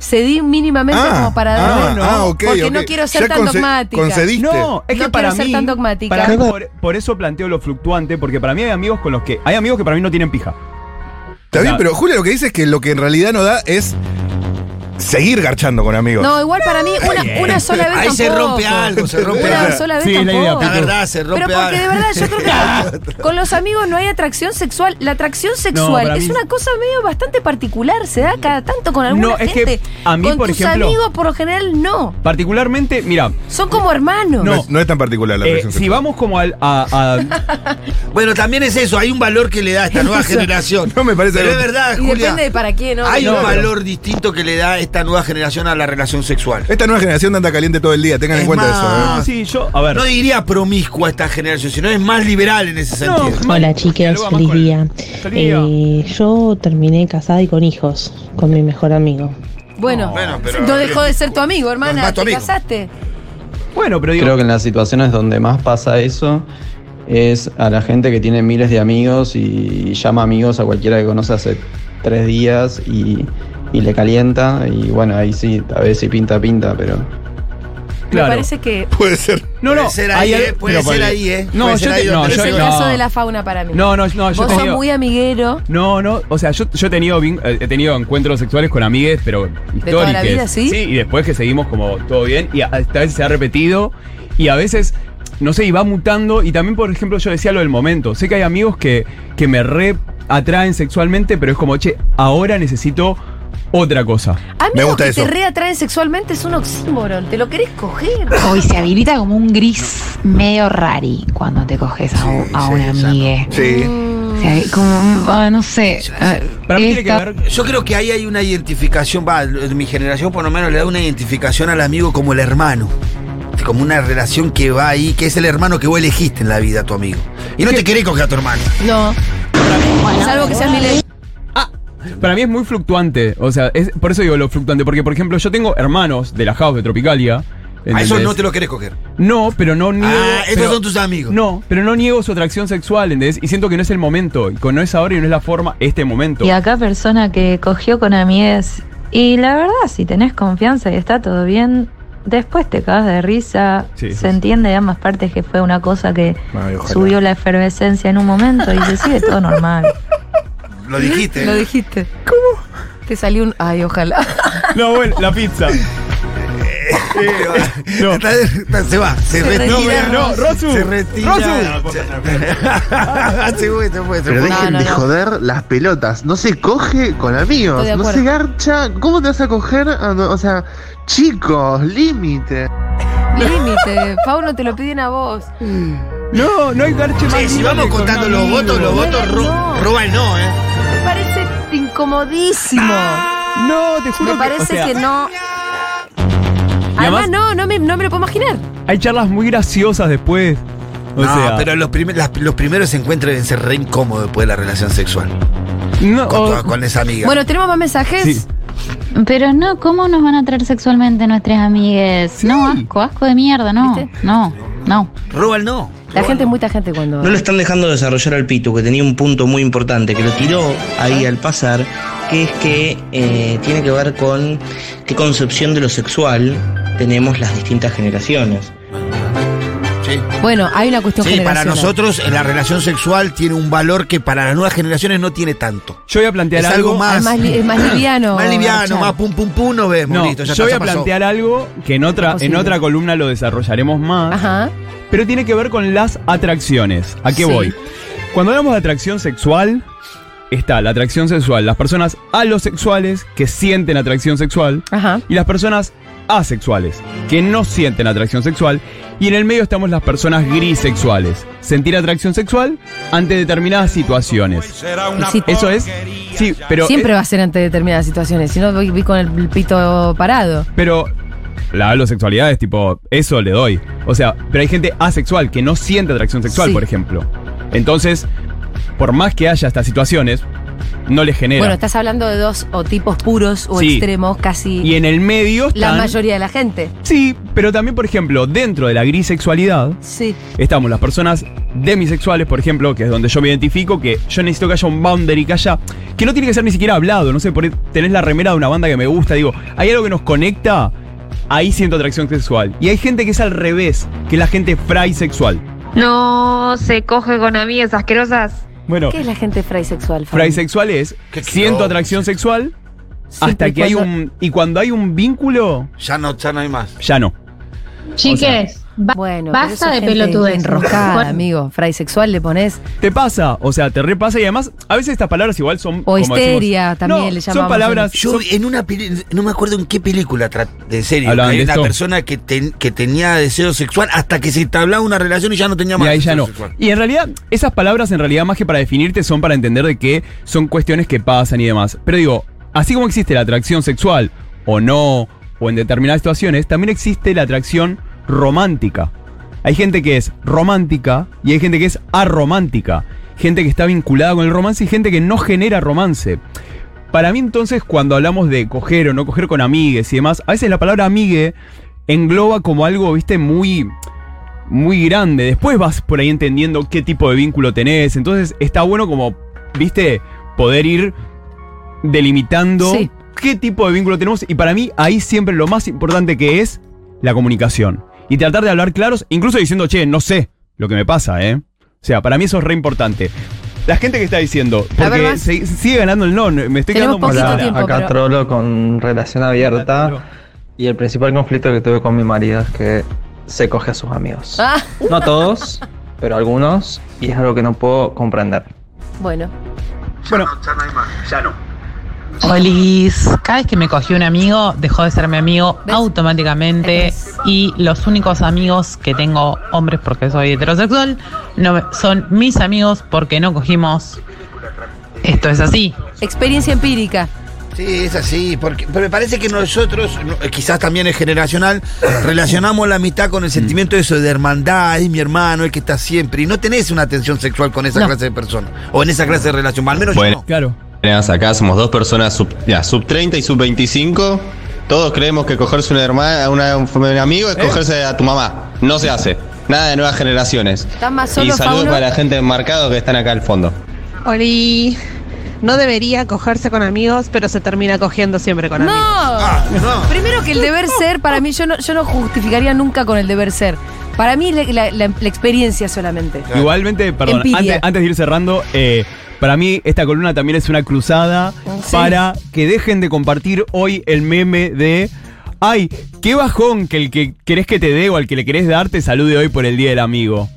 [SPEAKER 3] Cedí mínimamente
[SPEAKER 7] Ah,
[SPEAKER 3] como para
[SPEAKER 7] ah,
[SPEAKER 3] dar.
[SPEAKER 7] ah, ok,
[SPEAKER 3] porque
[SPEAKER 7] ok.
[SPEAKER 3] no quiero
[SPEAKER 7] Ya
[SPEAKER 3] ser tan
[SPEAKER 7] conce-
[SPEAKER 3] dogmática.
[SPEAKER 7] concediste.
[SPEAKER 4] No, es
[SPEAKER 3] No
[SPEAKER 4] que para
[SPEAKER 3] quiero ser
[SPEAKER 4] mí.
[SPEAKER 3] tan dogmática.
[SPEAKER 4] para mí, por, por eso planteo lo fluctuante, porque para mí hay amigos con los que. Hay amigos que para mí no tienen pija.
[SPEAKER 7] Está bien,
[SPEAKER 4] Claro.
[SPEAKER 7] pero Julia lo que dice es que lo que en realidad no da es seguir garchando con amigos.
[SPEAKER 3] No, igual para mí una, una sola vez
[SPEAKER 5] Ahí se
[SPEAKER 3] tampoco.
[SPEAKER 5] rompe algo, se rompe
[SPEAKER 3] Una
[SPEAKER 5] algo.
[SPEAKER 3] sola vez
[SPEAKER 4] Sí, es la idea,
[SPEAKER 3] tampoco.
[SPEAKER 5] La verdad, se rompe
[SPEAKER 3] Pero porque de
[SPEAKER 5] algo.
[SPEAKER 3] verdad yo creo que
[SPEAKER 5] [LAUGHS]
[SPEAKER 3] con los amigos no hay atracción sexual. La atracción sexual
[SPEAKER 4] para
[SPEAKER 3] es
[SPEAKER 4] mí-
[SPEAKER 3] una cosa medio bastante particular. Se da cada tanto con alguna
[SPEAKER 4] No, es que
[SPEAKER 3] gente.
[SPEAKER 4] a mí,
[SPEAKER 3] con
[SPEAKER 4] por
[SPEAKER 3] tus
[SPEAKER 4] ejemplo-
[SPEAKER 3] amigos por lo general no.
[SPEAKER 4] Particularmente, mira,
[SPEAKER 3] Son como hermanos.
[SPEAKER 7] No, es, no es tan particular la
[SPEAKER 4] eh,
[SPEAKER 7] relación
[SPEAKER 4] si vamos como al, a,
[SPEAKER 3] [LAUGHS]
[SPEAKER 4] a-
[SPEAKER 5] Bueno, también es eso, hay un valor que le da a esta nueva generación.
[SPEAKER 7] No me parece
[SPEAKER 5] Pero es
[SPEAKER 7] algo-
[SPEAKER 5] verdad,
[SPEAKER 3] y
[SPEAKER 5] Julia.
[SPEAKER 3] depende de para quién. ¿no?
[SPEAKER 5] Hay
[SPEAKER 3] No,
[SPEAKER 5] un
[SPEAKER 3] pero-
[SPEAKER 5] valor distinto que le da esta nueva generación a la relación sexual.
[SPEAKER 7] Esta nueva generación anda caliente todo el día, tengan
[SPEAKER 5] Es
[SPEAKER 7] en cuenta
[SPEAKER 5] más,
[SPEAKER 7] eso.
[SPEAKER 4] no,
[SPEAKER 7] ¿eh?
[SPEAKER 4] sí, yo. A ver.
[SPEAKER 5] No diría promiscua esta generación, sino es más liberal en ese
[SPEAKER 4] No,
[SPEAKER 5] sentido.
[SPEAKER 4] más-
[SPEAKER 15] Hola chicas,
[SPEAKER 4] dialoga más
[SPEAKER 15] feliz
[SPEAKER 4] con el-
[SPEAKER 15] día.
[SPEAKER 4] Feliz día.
[SPEAKER 15] Eh, yo terminé casada y con hijos, con mi mejor amigo.
[SPEAKER 3] Bueno,
[SPEAKER 5] Bueno, pero-
[SPEAKER 3] no dejó de ser tu amigo, hermana.
[SPEAKER 5] No es tu
[SPEAKER 3] te
[SPEAKER 5] amigo.
[SPEAKER 3] casaste.
[SPEAKER 4] Bueno, pero digo.
[SPEAKER 16] Creo que en las situaciones donde más pasa eso es a la gente que tiene miles de amigos y llama amigos a cualquiera que conoce hace tres días y, y le calienta. Y bueno, ahí sí, a veces sí pinta, pinta, pero
[SPEAKER 4] Claro.
[SPEAKER 3] Me parece que.
[SPEAKER 7] Puede ser.
[SPEAKER 4] no, no.
[SPEAKER 5] puede ser ahí,
[SPEAKER 4] hay-
[SPEAKER 5] eh, puede
[SPEAKER 4] pero
[SPEAKER 5] ser
[SPEAKER 4] para-
[SPEAKER 5] ahí, eh.
[SPEAKER 4] No,
[SPEAKER 5] Puede ser
[SPEAKER 4] yo
[SPEAKER 5] ahí
[SPEAKER 4] te- no,
[SPEAKER 5] donde
[SPEAKER 3] es
[SPEAKER 4] yo-
[SPEAKER 3] el
[SPEAKER 4] no.
[SPEAKER 3] caso de la fauna para mí.
[SPEAKER 4] No, no, no, yo
[SPEAKER 3] Vos
[SPEAKER 4] te
[SPEAKER 3] sos
[SPEAKER 4] digo-
[SPEAKER 3] muy amiguero.
[SPEAKER 4] No, no, o sea, yo, yo he tenido vin- eh, he tenido encuentros sexuales con amigues, pero históricos.
[SPEAKER 3] toda la vida, ¿sí?
[SPEAKER 4] y después que seguimos como todo bien y hasta veces se ha repetido y a veces no sé, y va mutando y también por ejemplo yo decía lo del momento. Sé que hay amigos que que me re atraen sexualmente, pero es como, "Che, ahora necesito otra cosa.
[SPEAKER 3] Amigos que te reatraen sexualmente es un oxímoron. Te lo querés coger.
[SPEAKER 17] Hoy se habilita como un gris medio rari cuando te coges a, un- a una amiga.
[SPEAKER 6] Sí.
[SPEAKER 17] como, un- ah, no sé. ah, esta-
[SPEAKER 5] Yo creo que ahí hay una identificación, va, en mi generación por lo menos le da una identificación al amigo como el hermano. Como una relación que va ahí, que es el hermano que vos elegiste en la vida, tu amigo. Y no te querés coger a tu hermano.
[SPEAKER 3] No. Salvo que seas mi ley.
[SPEAKER 4] Para mí es muy fluctuante. O sea, es, por eso digo lo fluctuante. Porque, por ejemplo, yo tengo hermanos de la house de Tropicalia.
[SPEAKER 5] A eso
[SPEAKER 4] ¿entendés?
[SPEAKER 5] Ah, no te lo querés coger.
[SPEAKER 4] No, pero no niego.
[SPEAKER 5] Ah, estos
[SPEAKER 4] pero-
[SPEAKER 5] son tus amigos.
[SPEAKER 4] No, pero no niego su atracción sexual, ¿entendés? Y siento que no es el momento. y que no es ahora y no es la forma, este momento.
[SPEAKER 18] Y acá persona que cogió con amigues. Y la verdad, si tenés confianza y está todo bien, después te cagas de risa.
[SPEAKER 4] Sí, eso
[SPEAKER 18] se
[SPEAKER 4] sí.
[SPEAKER 18] entiende de ambas partes que fue una cosa que
[SPEAKER 6] Ay, ojalá.
[SPEAKER 18] subió la efervescencia en un momento y se sigue todo normal.
[SPEAKER 5] Lo dijiste. ¿eh?
[SPEAKER 3] Lo dijiste. ¿Cómo? Te salió un. Ay, ojalá.
[SPEAKER 4] No, bueno, la
[SPEAKER 5] [LAUGHS]
[SPEAKER 4] pizza.
[SPEAKER 5] No. Se va, se,
[SPEAKER 3] Se
[SPEAKER 5] retira.
[SPEAKER 3] retira. No,
[SPEAKER 5] Rosu. Se retira. [LAUGHS] Ah,
[SPEAKER 19] Rosu.
[SPEAKER 5] Se- se fue, se fue, se
[SPEAKER 19] Pero
[SPEAKER 5] fue.
[SPEAKER 19] dejen de joder las pelotas. No se coge con amigos.
[SPEAKER 5] Estoy de
[SPEAKER 19] No
[SPEAKER 5] acuerdo.
[SPEAKER 19] se garcha. ¿Cómo te vas a coger? a- no- O sea, chicos, límite.
[SPEAKER 3] Límite. Fauno, te lo piden a vos.
[SPEAKER 4] No, no hay garche
[SPEAKER 5] Che, si vamos contando los votos, los votos ro- roba el no, ¿eh?
[SPEAKER 3] Me parece incomodísimo.
[SPEAKER 4] Ah, No, te
[SPEAKER 3] Me
[SPEAKER 4] juro que-
[SPEAKER 3] parece
[SPEAKER 4] o sea-
[SPEAKER 3] que no.
[SPEAKER 4] además-
[SPEAKER 3] Además, no, no me, no me lo puedo imaginar.
[SPEAKER 4] Hay charlas muy graciosas después. O
[SPEAKER 5] no,
[SPEAKER 4] sea,
[SPEAKER 5] pero los, primer- las- los primeros encuentros deben ser re incómodos después de la relación sexual. con, tu- con esa amiga.
[SPEAKER 3] Bueno, tenemos más mensajes.
[SPEAKER 20] Pero no, ¿cómo nos van a traer sexualmente nuestras amigues? No, asco, asco de mierda, no. No, no.
[SPEAKER 5] Roba el no.
[SPEAKER 3] La gente es muy tajante cuando.
[SPEAKER 21] No lo están dejando desarrollar al Pitu, que tenía un punto muy importante, que lo tiró ahí al pasar, que es que eh, tiene que ver con qué concepción de lo sexual tenemos las distintas generaciones.
[SPEAKER 3] Bueno, hay una cuestión
[SPEAKER 5] Sí, para
[SPEAKER 3] generacional.
[SPEAKER 5] nosotros eh, la relación sexual tiene un valor que para las nuevas generaciones no tiene tanto.
[SPEAKER 4] Yo voy a plantear
[SPEAKER 5] es algo,
[SPEAKER 4] algo-
[SPEAKER 5] más.
[SPEAKER 4] Es más li- es más liviano,
[SPEAKER 5] Más liviano,
[SPEAKER 4] Char.
[SPEAKER 5] más pum pum pum, nos vemos.
[SPEAKER 4] No,
[SPEAKER 5] listo, ya
[SPEAKER 4] yo
[SPEAKER 5] está,
[SPEAKER 4] voy
[SPEAKER 5] ya
[SPEAKER 4] a
[SPEAKER 5] pasó.
[SPEAKER 4] plantear algo que en otra, en
[SPEAKER 5] Imposible.
[SPEAKER 4] otra columna lo desarrollaremos más. Pero tiene que ver con las atracciones. ¿A qué
[SPEAKER 5] Sí.
[SPEAKER 4] voy? Cuando hablamos de atracción sexual, está la atracción sexual, las personas alosexuales que sienten atracción sexual y las personas asexuales que no sienten atracción sexual y en el medio estamos las personas grisexuales, sentir atracción sexual ante determinadas situaciones. Eso es Sí, pero
[SPEAKER 3] Siempre va a ser ante determinadas situaciones. Si no, voy, voy con el pito parado.
[SPEAKER 4] Pero la alosexualidad es tipo, eso le doy. O sea, pero hay gente asexual que no siente atracción sexual,
[SPEAKER 3] Sí.
[SPEAKER 4] por ejemplo. Entonces, por más que haya estas situaciones, no les genera.
[SPEAKER 3] Bueno, estás hablando de dos o tipos puros o
[SPEAKER 4] Sí.
[SPEAKER 3] extremos casi.
[SPEAKER 4] y en el medio
[SPEAKER 3] la
[SPEAKER 4] están-
[SPEAKER 3] mayoría de la gente.
[SPEAKER 4] Sí, pero también, por ejemplo, dentro de la grisexualidad,
[SPEAKER 3] Sí.
[SPEAKER 4] estamos las personas demisexuales, por ejemplo, que es donde yo me identifico, que yo necesito que haya un boundary, que haya. que no tiene que ser ni siquiera hablado, no sé, por ahí tenés la remera de una banda que me gusta, digo, hay algo que nos conecta, ahí siento atracción sexual. Y hay gente que es al revés, que es la gente fray sexual.
[SPEAKER 18] No se coge con amigas asquerosas.
[SPEAKER 4] Bueno,
[SPEAKER 3] ¿Qué es la gente fraisexual? Fran?
[SPEAKER 4] fray sexual es, siento atracción sexual hasta
[SPEAKER 3] y
[SPEAKER 4] que hay
[SPEAKER 3] cuando-
[SPEAKER 4] un. y cuando hay un vínculo.
[SPEAKER 5] Ya no, ya no hay más.
[SPEAKER 4] Ya no.
[SPEAKER 12] Chiques, ba-
[SPEAKER 3] Bueno, pero eso
[SPEAKER 12] basta
[SPEAKER 3] es
[SPEAKER 12] de
[SPEAKER 3] gente
[SPEAKER 12] pelotudez.
[SPEAKER 3] Enroscada, amigo. Fraisexual le pones.
[SPEAKER 4] Te pasa, o sea, te repasa y además a veces estas palabras igual son...
[SPEAKER 3] O histeria también le
[SPEAKER 4] Son
[SPEAKER 3] llamamos.
[SPEAKER 4] palabras...
[SPEAKER 5] Yo
[SPEAKER 4] son-
[SPEAKER 5] en una peli- no me acuerdo en qué película tra- de serie.
[SPEAKER 4] Hablaban
[SPEAKER 5] Hay
[SPEAKER 4] de
[SPEAKER 5] una
[SPEAKER 4] esto.
[SPEAKER 5] persona que, ten- que tenía deseo sexual hasta que se establaba una relación y ya no tenía más.
[SPEAKER 4] y ahí ya
[SPEAKER 5] deseo
[SPEAKER 4] no.
[SPEAKER 5] sexual.
[SPEAKER 4] Y en realidad, esas palabras en realidad más que para definirte son para entender de que son cuestiones que pasan y demás. Pero digo, así como existe la atracción sexual o no, o en determinadas situaciones, también existe la atracción romántica. Hay gente que es romántica y hay gente que es aromántica. Gente que está vinculada con el romance y gente que no genera romance. Para mí entonces cuando hablamos de coger o no coger con amigues y demás, a veces la palabra amigue engloba como algo, viste, muy muy grande. Después vas por ahí entendiendo qué tipo de vínculo tenés. Entonces está bueno como, viste, poder ir delimitando
[SPEAKER 3] Sí.
[SPEAKER 4] qué tipo de vínculo tenemos. Y para mí ahí siempre lo más importante que es la comunicación. Y tratar de hablar claros, incluso diciendo, che, no sé lo que me pasa, ¿eh? O sea, para mí eso es re importante. La gente que está diciendo,
[SPEAKER 3] ver,
[SPEAKER 4] porque
[SPEAKER 3] vas.
[SPEAKER 4] se- sigue ganando el no, me estoy quedando muy
[SPEAKER 3] poquito
[SPEAKER 16] Hola,
[SPEAKER 3] tiempo,
[SPEAKER 16] acá
[SPEAKER 3] pero-
[SPEAKER 16] trolo con relación abierta. Y el principal conflicto que tuve con mi marido es que se coge a sus amigos.
[SPEAKER 3] Ah,
[SPEAKER 16] No todos, pero algunos. Y es algo que no puedo comprender.
[SPEAKER 3] bueno.
[SPEAKER 4] Bueno,
[SPEAKER 16] ya no.
[SPEAKER 1] Olis, cada vez que me cogió un amigo, dejó de ser mi amigo
[SPEAKER 3] eh,
[SPEAKER 1] automáticamente. Y los únicos amigos que tengo, hombres porque soy heterosexual, no me- son mis amigos porque no cogimos. Esto es así.
[SPEAKER 3] Experiencia empírica.
[SPEAKER 5] Sí, es así, porque, pero me parece que nosotros, no, eh, quizás también es generacional, relacionamos la mitad con el sentimiento de eso de hermandad, es mi hermano, el que está siempre, y no tenés una tensión sexual con esa clase de persona, o en esa clase de relación, al menos yo no.
[SPEAKER 4] Claro.
[SPEAKER 22] Tenemos acá, somos dos personas sub, ya, sub 30 y sub 25. Todos creemos que cogerse una hermana, una- un amigo
[SPEAKER 5] ¿Eh?
[SPEAKER 22] es cogerse a tu mamá. No se hace. Nada de nuevas generaciones.
[SPEAKER 3] ¿Estás más
[SPEAKER 22] Y
[SPEAKER 3] solo,
[SPEAKER 22] saludos
[SPEAKER 3] Fauno?
[SPEAKER 22] para la gente de Marcado que están acá al fondo.
[SPEAKER 23] Oli, no debería cogerse con amigos, pero se termina cogiendo siempre con
[SPEAKER 3] No.
[SPEAKER 23] amigos.
[SPEAKER 12] Ah.
[SPEAKER 3] Primero que el deber ser, para mí, yo no, yo no justificaría nunca con el deber ser. Para mí, la, la- la- la experiencia solamente.
[SPEAKER 4] Igualmente, perdón,
[SPEAKER 3] Envidia.
[SPEAKER 4] antes, antes de ir cerrando, eh, para mí esta columna también es una cruzada
[SPEAKER 3] Sí.
[SPEAKER 4] para que dejen de compartir hoy el meme de. Ay, qué bajón que el que querés que te dé o al que le querés dar te salude hoy por el día del amigo.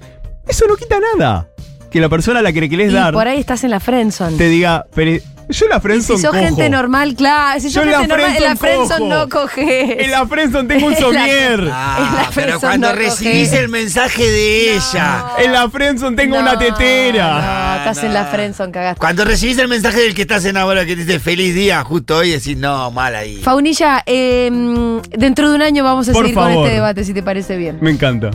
[SPEAKER 4] Eso no quita nada. Que la persona a la que le querés
[SPEAKER 3] Y
[SPEAKER 4] dar
[SPEAKER 3] por ahí estás en la friendzone.
[SPEAKER 4] te diga, pero yo la friendzone
[SPEAKER 3] Si sos
[SPEAKER 4] cojo.
[SPEAKER 3] gente normal, claro. Si
[SPEAKER 4] Yo
[SPEAKER 3] sos
[SPEAKER 4] en la
[SPEAKER 3] gente normal, en la
[SPEAKER 4] friendzone
[SPEAKER 3] friendzone no coges.
[SPEAKER 4] En la friendzone tengo un
[SPEAKER 3] En la- [LAUGHS]
[SPEAKER 4] somier.
[SPEAKER 5] Ah,
[SPEAKER 3] en la
[SPEAKER 5] pero
[SPEAKER 3] friendzone
[SPEAKER 5] cuando
[SPEAKER 3] no
[SPEAKER 5] recibís
[SPEAKER 3] coges.
[SPEAKER 5] el mensaje de ella,
[SPEAKER 4] En la friendzone tengo
[SPEAKER 3] No,
[SPEAKER 4] una tetera.
[SPEAKER 12] Ah,
[SPEAKER 3] No, estás en la friendzone, cagaste.
[SPEAKER 5] cuando recibís el mensaje del que estás enamorado, que te dice feliz día justo hoy, decís, no, mal ahí.
[SPEAKER 3] Faunilla, eh, dentro de un año vamos a
[SPEAKER 5] Por
[SPEAKER 3] seguir con
[SPEAKER 5] favor.
[SPEAKER 3] este debate, si te parece bien.
[SPEAKER 4] Me encanta.